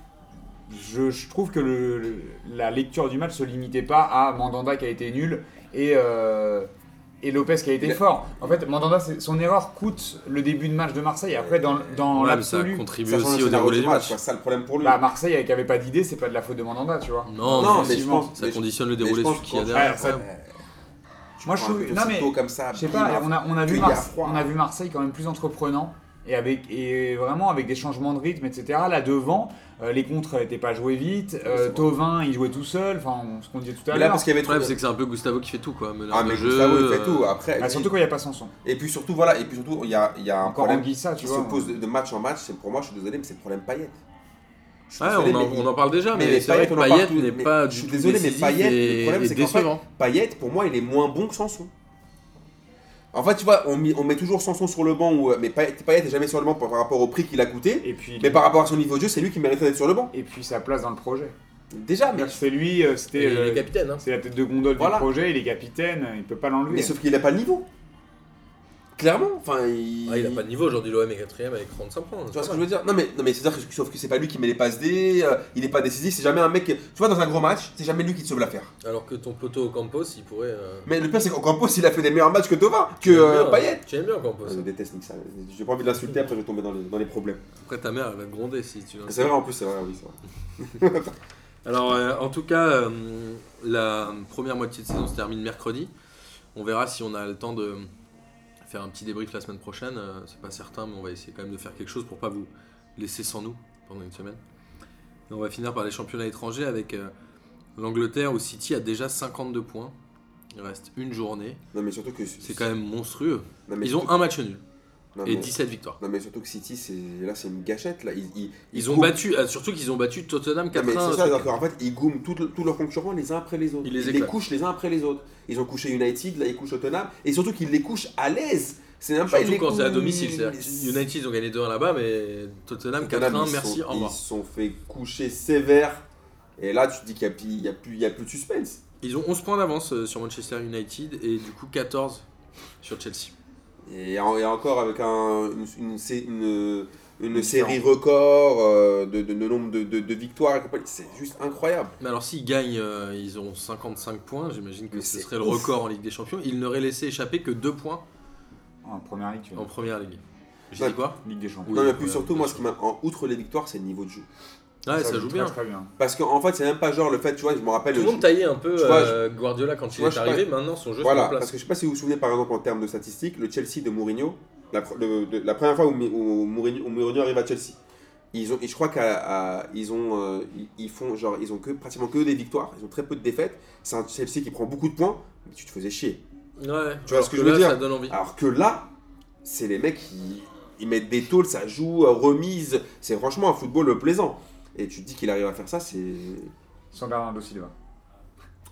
je, je trouve que le, le- la lecture du match se limitait pas à Mandanda qui a été nul et euh, et Lopez qui a été Il a- fort. En fait, Mandanda, c'est- son erreur coûte le début de match de Marseille. Après, dans, dans Ouais, mais ça l'absolu, contribue Ça change aussi le au scénario déroulé du du match. match, quoi. c'est ça le problème pour lui. bah, Marseille, avec avait pas d'idée, c'est pas de la faute de Mandanda, tu vois. Non, Non, mais je effectivement, pense- ça mais je- conditionne le mais je déroulé de pense ce qu'il y a qu'on- derrière. Ouais, ça- quand même. Moi, je Prends un trouve- peu non, mais- aussitôt comme ça, Je sais pas, bim, on a, on, a Ah, il vu y a Marse- froid. on a vu Marseille quand même plus entreprenant et, avec, et vraiment avec des changements de rythme, etc. Là devant, euh, les contres n'étaient pas joués vite, euh, Tovin il jouait tout seul, enfin on- ce qu'on disait tout à Mais là, l'heure. parce qu'il y avait Le trop problème, c'est que c'est un peu Gustavo qui fait tout, quoi. Meneur Ah, de mais jeu, Gustavo, il fait euh, tout. hein. Après, Bah, surtout quand il n'y a pas Sanson. Et puis surtout, voilà, et puis surtout, il y a, il y a un Encore problème Anguissa, tu qui vois. se pose de, de match en match. C'est pour moi, je suis désolé, mais c'est le problème Payet. Je suis Ouais, désolé, on en, mais il- on en parle déjà, mais, mais c'est vrai Payet, que on en parle Payet tout, n'est mais pas je du suis tout désolé, mais décisif Payet, le et, problème, et c'est qu'en fait, décevant. Payet, pour moi, il est moins bon que Sanson. En fait, tu vois, on, mit- on met toujours Sanson sur le banc, ou, euh, mais Payet, Payet est jamais sur le banc par, par rapport au prix qu'il a coûté. Et puis, Mais par rapport à son niveau de jeu, c'est lui qui mériterait d'être sur le banc. et puis sa place dans le projet. Déjà, mais, C'est lui, euh, Et c'était il est euh, capitaine, hein. c'est la tête de gondole Voilà. du projet, il est capitaine, il peut pas mais l'enlever. sauf qu'il n'a pas le niveau. Clairement, enfin, il... Ah, il a pas de niveau aujourd'hui, l'OM est quatrième avec 35 points. Tu vois ce que je veux dire Non mais, non, mais c'est-à-dire que, sauf que c'est pas lui qui met les passes D, euh, il est pas décisif, c'est jamais un mec... qui- Tu vois, dans un gros match, c'est jamais lui qui te sauve l'affaire. Alors que ton poteau Campos, il pourrait. euh, Mais le pire, c'est qu'Ocampos, il a fait des meilleurs matchs que Tova, que tu euh, l'aimes bien, hein. Payet. Tu aimes bien Campos. Je déteste Nick, ça. J'ai pas envie de l'insulter, après je vais tomber dans les, dans les problèmes. Après, ta mère, elle va te gronder si tu C'est vrai, en plus, c'est vrai, oui, c'est vrai. Alors, euh, en tout cas, euh, la première moitié de saison se termine mercredi. On verra si on a le temps de faire un petit débrief la semaine prochaine. Euh, C'est pas certain, mais on va essayer quand même de faire quelque chose pour pas vous laisser sans nous pendant une semaine. Et on va finir par les championnats étrangers avec euh, l'Angleterre où City a déjà 52 points. Il reste une journée. Non mais surtout que... C'est quand même monstrueux. Non, mais Ah Ils ont surtout- un match nul non, et mais- 17 victoires. Non mais surtout que City, c'est là, c'est une gâchette, là. Ils, ils, Ils ont coupent- battu, euh, surtout qu'ils ont battu Tottenham Non, 4-1. mais c'est ça, euh, c'est-à-dire qu'en fait, ils goument tout le- tous leurs concurrents les uns après les autres. Ils les éclatent. couchent les uns après les autres. Ils ont couché United, là ils couchent Tottenham, et surtout qu'ils les couchent à l'aise. C'est même pas ils Surtout les quand c'est à couchent- domicile. c'est-à-dire que United ils ont gagné 2-1 là-bas, mais Tottenham Tottenham, 4-1, ils merci, sont- au revoir. Ils se sont fait coucher sévère. Et là, tu te dis qu'il n'y a, plus- il y a plus de suspense. Ils ont 11 points d'avance euh, sur Manchester United et du coup 14 sur Chelsea. Et, en- et encore avec un- une, une sé- une- une Une série record euh, de, de- de nombre de, de- de victoires et compagnie. C'est juste incroyable. Mais alors s'ils gagnent, euh, ils auront 55 points, j'imagine que Mais ce c'est serait le ouf. record en Ligue des Champions. Ils n'auraient laissé échapper que 2 points En première ligue, tu vois. en Première Ligue. J'ai Ouais. dit quoi Ligue des Champions. Oui, non, mais ouais, plus surtout, bien moi, ce sûr. qui m'a- en outre les victoires, c'est le niveau de jeu. Ah Ouais, ça joue très, bien. très bien. Parce qu'en en fait, c'est même pas genre le fait, tu vois, je me rappelle. Tout le je- monde taillait un peu tu vois, euh, Guardiola quand tu il vois, est je arrivé, maintenant son jeu Voilà, se parce place. que je sais pas si vous vous souvenez par exemple en termes de statistiques, le Chelsea de Mourinho, la, pre- le- de- la première fois où, Mi- où Mourinho, où Mourinho arrive à Chelsea, ils ont, et je crois qu'ils ont, euh, ils- ils font genre, ils ont que pratiquement que des victoires, ils ont très peu de défaites. C'est un Chelsea qui prend beaucoup de points, mais tu te faisais chier. Ouais. Tu vois ce que je Là, veux dire Ça donne envie. Alors que là, c'est les mecs qui ils mettent des tôles, ça joue, euh, remise. C'est franchement un football plaisant. Et tu te dis qu'il arrive à faire ça, c'est Sans Bernardo Silva.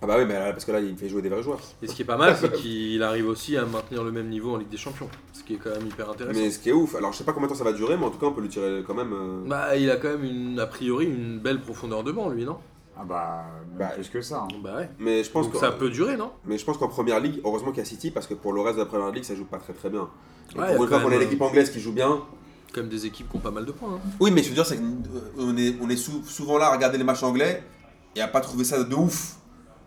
ah bah oui, mais là, parce que là il fait jouer des vrais joueurs. Et ce qui est pas mal, c'est qu'il arrive aussi à maintenir le même niveau en Ligue des Champions. Ce qui est quand même hyper intéressant. Mais ce qui est ouf, alors je sais pas combien de temps ça va durer, mais en tout cas on peut lui tirer quand même. euh, Bah, il a quand même une, a priori une belle profondeur de banc, lui, non Ah bah, même Bah, plus que ça. hein. Bah ouais. Mais je pense Donc que ça peut durer, non Mais je pense qu'en première ligue, heureusement qu'il y a City parce que pour le reste de la première ligue, ça joue pas très très bien. Et Ouais, pour quand une fois qu'on même, euh, a l'équipe anglaise qui joue bien. Comme des équipes qui ont pas mal de points. hein. Oui, mais je veux dire, euh, c'est qu'on est, on est sou- souvent là à regarder les matchs anglais et à pas trouver ça de ouf.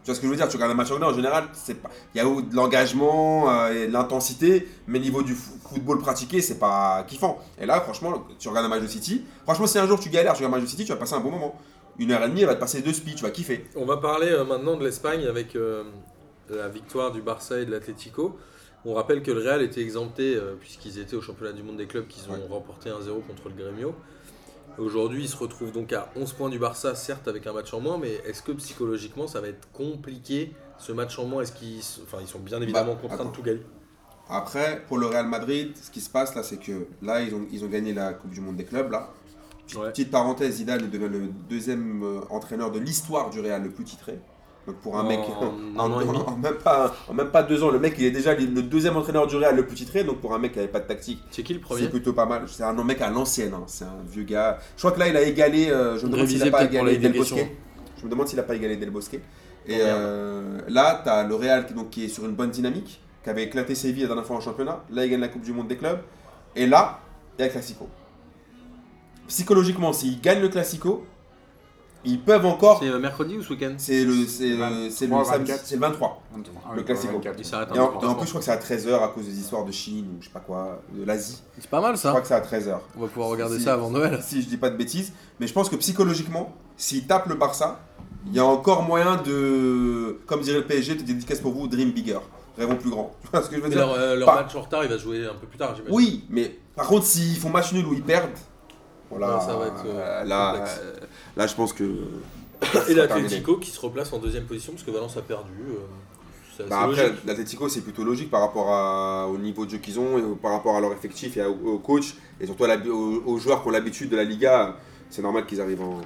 Tu vois ce que je veux dire Tu regardes un match anglais en général, c'est pas. Il y a de l'engagement, euh, et de l'intensité, mais niveau du fo- football pratiqué, c'est pas kiffant. Et là, franchement, tu regardes un match de City. Franchement, si un jour tu galères, tu regardes un match de City, tu vas passer un bon moment. Une heure et demie, elle va te passer deux spies, tu vas kiffer. On va parler euh, maintenant de l'Espagne avec euh, la victoire du Barça et de l'Atlético. On rappelle que le Real était exempté euh, puisqu'ils étaient au championnat du monde des clubs qu'ils ont Ouais. remporté 1-0 contre le Grêmio. Aujourd'hui, ils se retrouvent donc à 11 points du Barça, certes avec un match en moins, mais est-ce que psychologiquement ça va être compliqué ce match en moins Est-ce qu'ils s- enfin, ils sont bien évidemment contraints attends. de tout gagner Après, pour le Real Madrid, ce qui se passe là, c'est que là, ils ont, ils ont gagné la Coupe du Monde des clubs. Là. Petite, Ouais. petite parenthèse, Zidane devient le deuxième euh, entraîneur de l'histoire du Real le plus titré. Donc pour un En mec, un an et demi. en même pas, en même pas deux ans, le mec, il est déjà le deuxième entraîneur du Real le plus titré. Donc pour un mec qui n'avait pas de tactique, C'est qui le c'est premier plutôt pas mal. C'est un mec à l'ancienne, hein. c'est un vieux gars. Je crois que là, il a égalé. euh, je me demande s'il Révisé a pas peut-être pour la égalé Del délégation. Bosque. Je me demande s'il a pas égalé Del Bosque. Et Oh, merde. euh, là, tu as le Real qui, donc, qui est sur une bonne dynamique, qui avait éclaté Séville la dernière fois en championnat. Là, il gagne la Coupe du Monde des clubs. Et là, il y a le Classico. Psychologiquement, s'ils gagnent le Classico, ils peuvent encore. C'est euh, mercredi ou ce week-end C'est le, c'est le, c'est le, 23, samedi- 24. c'est le 23. Ah, Le oui, classico. 24. Il s'arrête un Et peu en, plus et en tard. plus, je crois que c'est à 13h à cause des histoires de Chine ou je sais pas quoi, de l'Asie. C'est pas mal Je crois ça. que c'est à 13h. On va pouvoir regarder Si- ça avant Noël. Si je dis pas de bêtises, mais je pense que psychologiquement, s'il tape le Barça, il y a encore moyen de, comme dirait le PSG, te dédicace pour vous, dream bigger, rêvons plus grand. Tu vois ce que je veux Mais dire leur, euh, leur pas- match en retard, il va se jouer un peu plus tard, j'imagine. Oui, mais par contre, s'ils font match nul ou ils perdent, voilà, Non, ça va être, euh, là, complexe. euh, là, je pense que. Et c'est terminé. l'Atlético qui se replace en deuxième position parce que Valence a perdu. euh, c'est Bah assez après, logique. l'Atletico, c'est plutôt logique par rapport à- au niveau de jeu qu'ils ont, et au- par rapport à leur effectif et à- au coach, et surtout à la- aux, aux joueurs qui ont l'habitude de la Liga. C'est normal qu'ils arrivent en.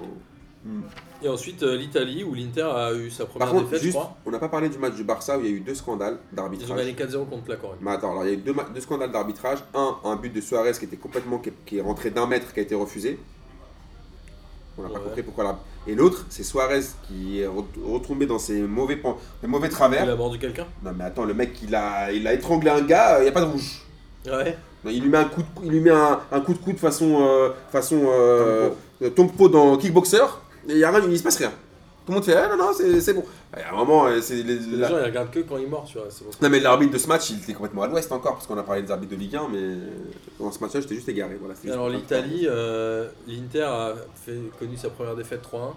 Hmm. Et ensuite euh, l'Italie où l'Inter a eu sa Par première contre, défaite, juste, je crois. on n'a pas parlé du match du Barça où il y a eu deux scandales Ils ont d'arbitrage. gagné 4-0 contre la Corée. Mais attends, alors il y a eu deux, ma- deux scandales d'arbitrage. Un, un but de Suarez qui était complètement qui est, qui est rentré d'un mètre qui a été refusé. On n'a pas Ouais. compris pourquoi là. Et l'autre, c'est Suarez qui est re- retombé dans ses mauvais pans, les mauvais Il travers. a mordu quelqu'un Non mais attends, le mec il a, il a étranglé un gars, euh, il n'y a pas de rouge. Ouais. Non, il lui met un coup de, cou- il lui met un, un coup de coude façon euh, façon euh, euh, tombe-pot dans kickboxer. Et il y a rien, il se passe rien. Tout le monde fait ah, non non c'est c'est bon. Et à un moment, euh, c'est les- Les la- gens ils regardent que quand ils mordent, tu vois. C'est pour ça. non mais l'arbitre de ce match, il était complètement à l'ouest encore, parce qu'on a parlé des arbitres de Ligue 1, mais euh, dans ce match-là, j'étais juste égaré. Voilà, c'était Et juste Alors pour ça. l'Italie, euh, l'Inter a fait, connu sa première défaite 3-1.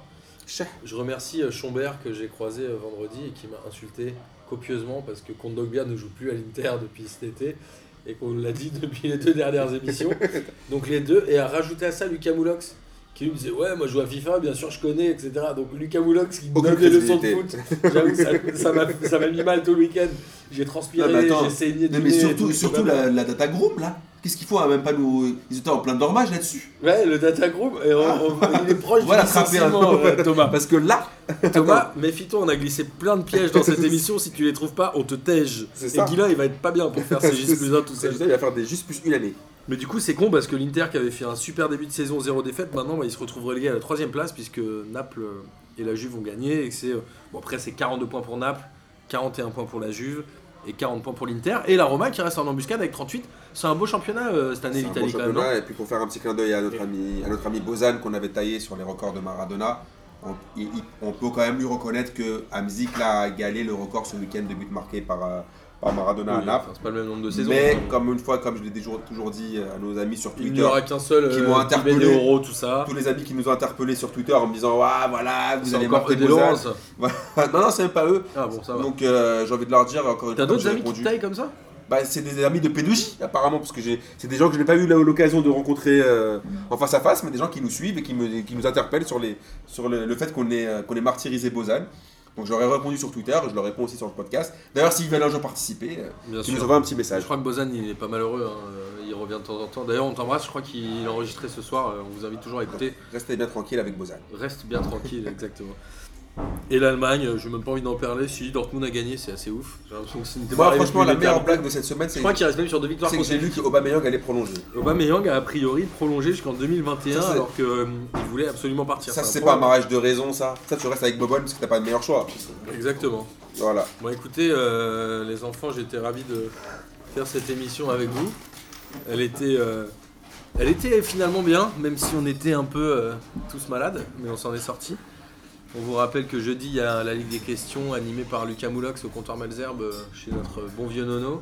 Chef. Je remercie euh, Schombert que j'ai croisé euh, vendredi et qui m'a insulté copieusement parce que Kondogbia ne joue plus à l'Inter depuis cet été et qu'on l'a dit depuis les deux dernières émissions. Donc les deux, et à rajouter à ça Lucas Moulox qui lui me disait Ouais, moi je joue à FIFA, bien sûr je connais, etc. Donc Lucas Moulox qui me Aucune donne des leçons de foot. crédibilité. J'avoue, ça ça m'a ça m'a mis mal tout le week-end. J'ai transpiré, Non, mais attends. j'ai saigné du Ah, bah, Non mais nez et surtout, tout, surtout c'est pas mal. la, la data groom là. Qu'est-ce qu'il faut à même pas nous. Ils étaient en plein dormage là-dessus. Ouais, le data group, et on- on- il est proche Voilà, du attraper un licenciement, autre. euh, Thomas. Parce que là, Thomas, méfie-toi, on a glissé plein de pièges dans cette émission. Si tu les trouves pas, on te tège. C'est Et ça. Guilain, il va être pas bien pour faire ses juste plus 1 tout C'est seul. juste, il va faire des juste plus une année. Mais du coup, c'est con parce que l'Inter qui avait fait un super début de saison, zéro défaite, maintenant bah, il se retrouve relégué à la troisième place puisque Naples euh, et la Juve ont gagné. Et que c'est, euh, bon, après, c'est 42 points pour Naples, 41 points pour la Juve et 40 points pour l'Inter. Et la Roma qui reste en embuscade avec 38. C'est un beau championnat euh, cette année, C'est un bon l'Italie quand même. non championnat, et puis pour faire un petit clin d'œil à notre ami, à notre ami Bozan qu'on avait taillé sur les records de Maradona, on, il- il- on peut quand même lui reconnaître que Hamzik là, a égalé le record ce week-end de buts marqués par, euh, par Maradona à Oui, Naples. enfin, c'est pas le même nombre de saisons. mais comme une fois, comme je l'ai toujours, toujours dit euh, à nos amis sur Il Twitter, n'y aura qu'un seul qui m'ont euh, interpellé. Tibet de Oro, tout ça. tous les amis qui nous ont interpellés sur Twitter en me disant Ouah, voilà, vous C'est allez encore marquer des Bozan. Laurence. non, non, c'est même pas eux. Ah bon, ça va. Donc euh, j'ai envie de leur dire encore une T'as fois, comme d'autres j'ai amis qui répondu. taillent comme ça Bah, c'est des amis de P2J apparemment, parce que j'ai- c'est des gens que je n'ai pas eu l'occasion de rencontrer euh, en face à face, mais des gens qui nous suivent et qui, me- qui nous interpellent sur, les, sur le, le fait qu'on ait, euh, qu'on ait martyrisé Bozan. Donc j'aurais répondu sur Twitter, je leur réponds aussi sur le podcast. D'ailleurs, s'ils veulent un jour participer, euh, Bien qu'ils nous sûr. envoient un petit Je message. crois que Bozan il est pas malheureux, hein. Euh, il revient de temps en temps. D'ailleurs on t'embrasse, je crois qu'il est enregistré ce soir, Euh, on vous invite toujours à écouter. Restez bien tranquille avec Bozan. Reste bien tranquille, exactement. Et l'Allemagne, euh, j'ai même pas envie d'en parler, si Dortmund a gagné c'est assez ouf. J'ai l'impression que c'est une Moi, démarrée franchement, depuis la les meilleure termes. blague de cette semaine, Je c'est crois qu'il reste même sur deux victoires c'est que j'ai lu consécutives. qu'Aubameyang allait prolonger. Aubameyang a a priori prolongé jusqu'en 2021 Ça, c'est- alors qu'il voulait absolument partir. Ça, un c'est pas un problème. mariage de raison, ça. Ça, tu restes avec Bobon parce que t'as pas de meilleur choix. Exactement. Voilà. Bon écoutez euh, les enfants, j'étais ravi de faire cette émission avec vous. Elle était, euh, elle était finalement bien, même si on était un peu euh, tous malades, mais on s'en est sortis. On vous rappelle que jeudi, il y a la Ligue des questions animée par Lucas Moulox au comptoir Malzerbe euh, chez notre bon vieux Nono.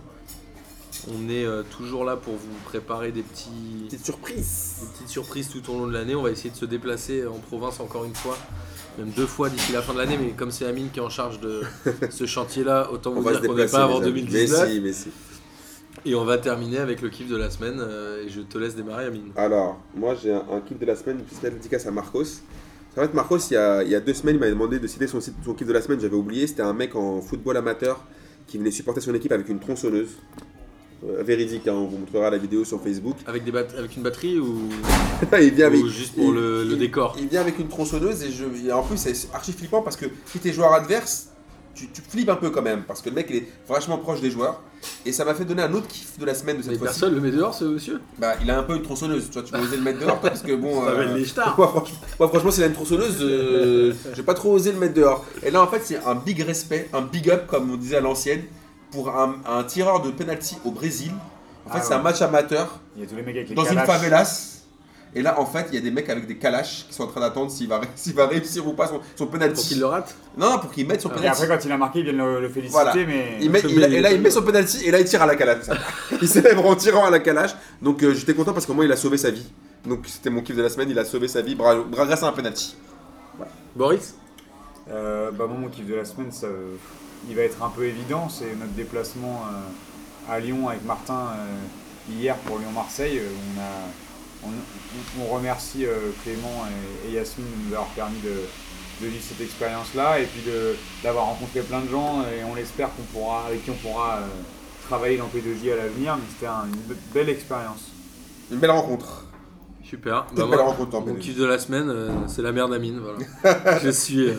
On est euh, toujours là pour vous préparer des, petits, Petite surprise. des petites surprises tout au long de l'année. On va essayer de se déplacer en province encore une fois, même deux fois d'ici la fin de l'année. Mais comme c'est Amine qui est en charge de ce chantier-là, autant vous dire qu'on n'est pas les avant amis. 2019. Mais si, mais si. Et on va terminer avec le kiff de la semaine. euh, et je te laisse démarrer, Amine. Alors, moi j'ai un, un kiff de la semaine, une petite dédicace à Marcos. En fait, Marcos, il y a, il y a deux semaines, il m'avait demandé de citer son, site- son kiff de la semaine, j'avais oublié. C'était un mec en football amateur qui venait supporter son équipe avec une tronçonneuse. Euh, véridique, hein, on vous montrera la vidéo sur Facebook. Avec, des bat- avec une batterie ou, il vient avec. ou juste pour il- le, le il- décor Il vient avec une tronçonneuse et, je, et en plus c'est archi flippant parce que si t'es joueur adverse, tu, tu flippes un peu quand même parce que le mec il est vachement proche des joueurs et ça m'a fait donner un autre kiff de la semaine de Mais cette fois-ci. personne le met dehors, ce monsieur Bah il a un peu une tronçonneuse, tu vois, tu peux oser le mettre dehors toi, parce que bon. Ça euh, s'appelle les stars. Moi, franchement, moi, franchement, s'il a une tronçonneuse, euh, j'ai pas trop osé le mettre dehors. Et là, en fait, c'est un big respect, un big up, comme on disait à l'ancienne, pour un, un tireur de penalty au Brésil. En fait, Ah c'est un ouais. match amateur Il y a tous les mecs avec les dans une kalachs. favelas. Et là, en fait, il y a des mecs avec des calaches qui sont en train d'attendre s'il va, ré- s'il va réussir ou pas son, son Pour penalty. qu'il le rate Non, non, pour qu'il mette son Et penalty. après, quand il a marqué, ils viennent le, le féliciter, Voilà. mais. Il met- il- et là, il met son penalty et là, il tire à la calache. ça. Il célèbre en tirant à la calache. Donc euh, j'étais content parce qu'au moins il a sauvé sa vie. Donc c'était mon kiff de la semaine, il a sauvé sa vie bra- bra- grâce à un penalty. Boris Euh, bah, moi, mon kiff de la semaine, ça, euh, il va être un peu évident. C'est notre déplacement euh, à Lyon avec Martin euh, hier pour Lyon-Marseille. Euh, On, a- on- on- on remercie euh, Clément et, et Yasmine de nous avoir permis de, de vivre cette expérience-là et puis de- d'avoir rencontré plein de gens. Et on l'espère qu'on pourra, avec qui on pourra euh, travailler dans P2J à l'avenir. Mais c'était un- une be- belle expérience. Une belle rencontre. Super. Bah, Une belle rencontre en mon penalty. kiff de la semaine, euh, c'est la mère d'Amine. Voilà. je suis euh,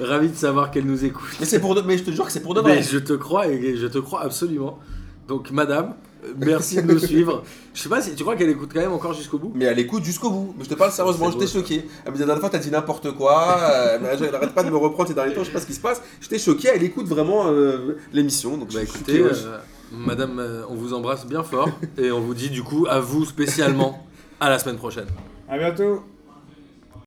ravi de savoir qu'elle nous écoute. Mais, c'est pour de- mais je te jure que c'est pour de vrai. Mais je te crois et je te crois absolument. Donc, madame, euh, merci de nous suivre. Je sais pas si tu crois qu'elle écoute quand même encore jusqu'au bout. Mais elle écoute jusqu'au bout. Mais je te parle sérieusement, C'est j'étais beau, choqué. Elle me dit la dernière fois, t'as dit n'importe quoi. euh, mais elle n'arrête pas de me reprendre ces derniers temps, je sais pas ce qui se passe. J'étais choqué, elle écoute vraiment euh, l'émission. Donc Bah je suis écoutez, choqué, ouais. euh, madame, euh, on vous embrasse bien fort et on vous dit du coup à vous spécialement à la semaine prochaine. À bientôt!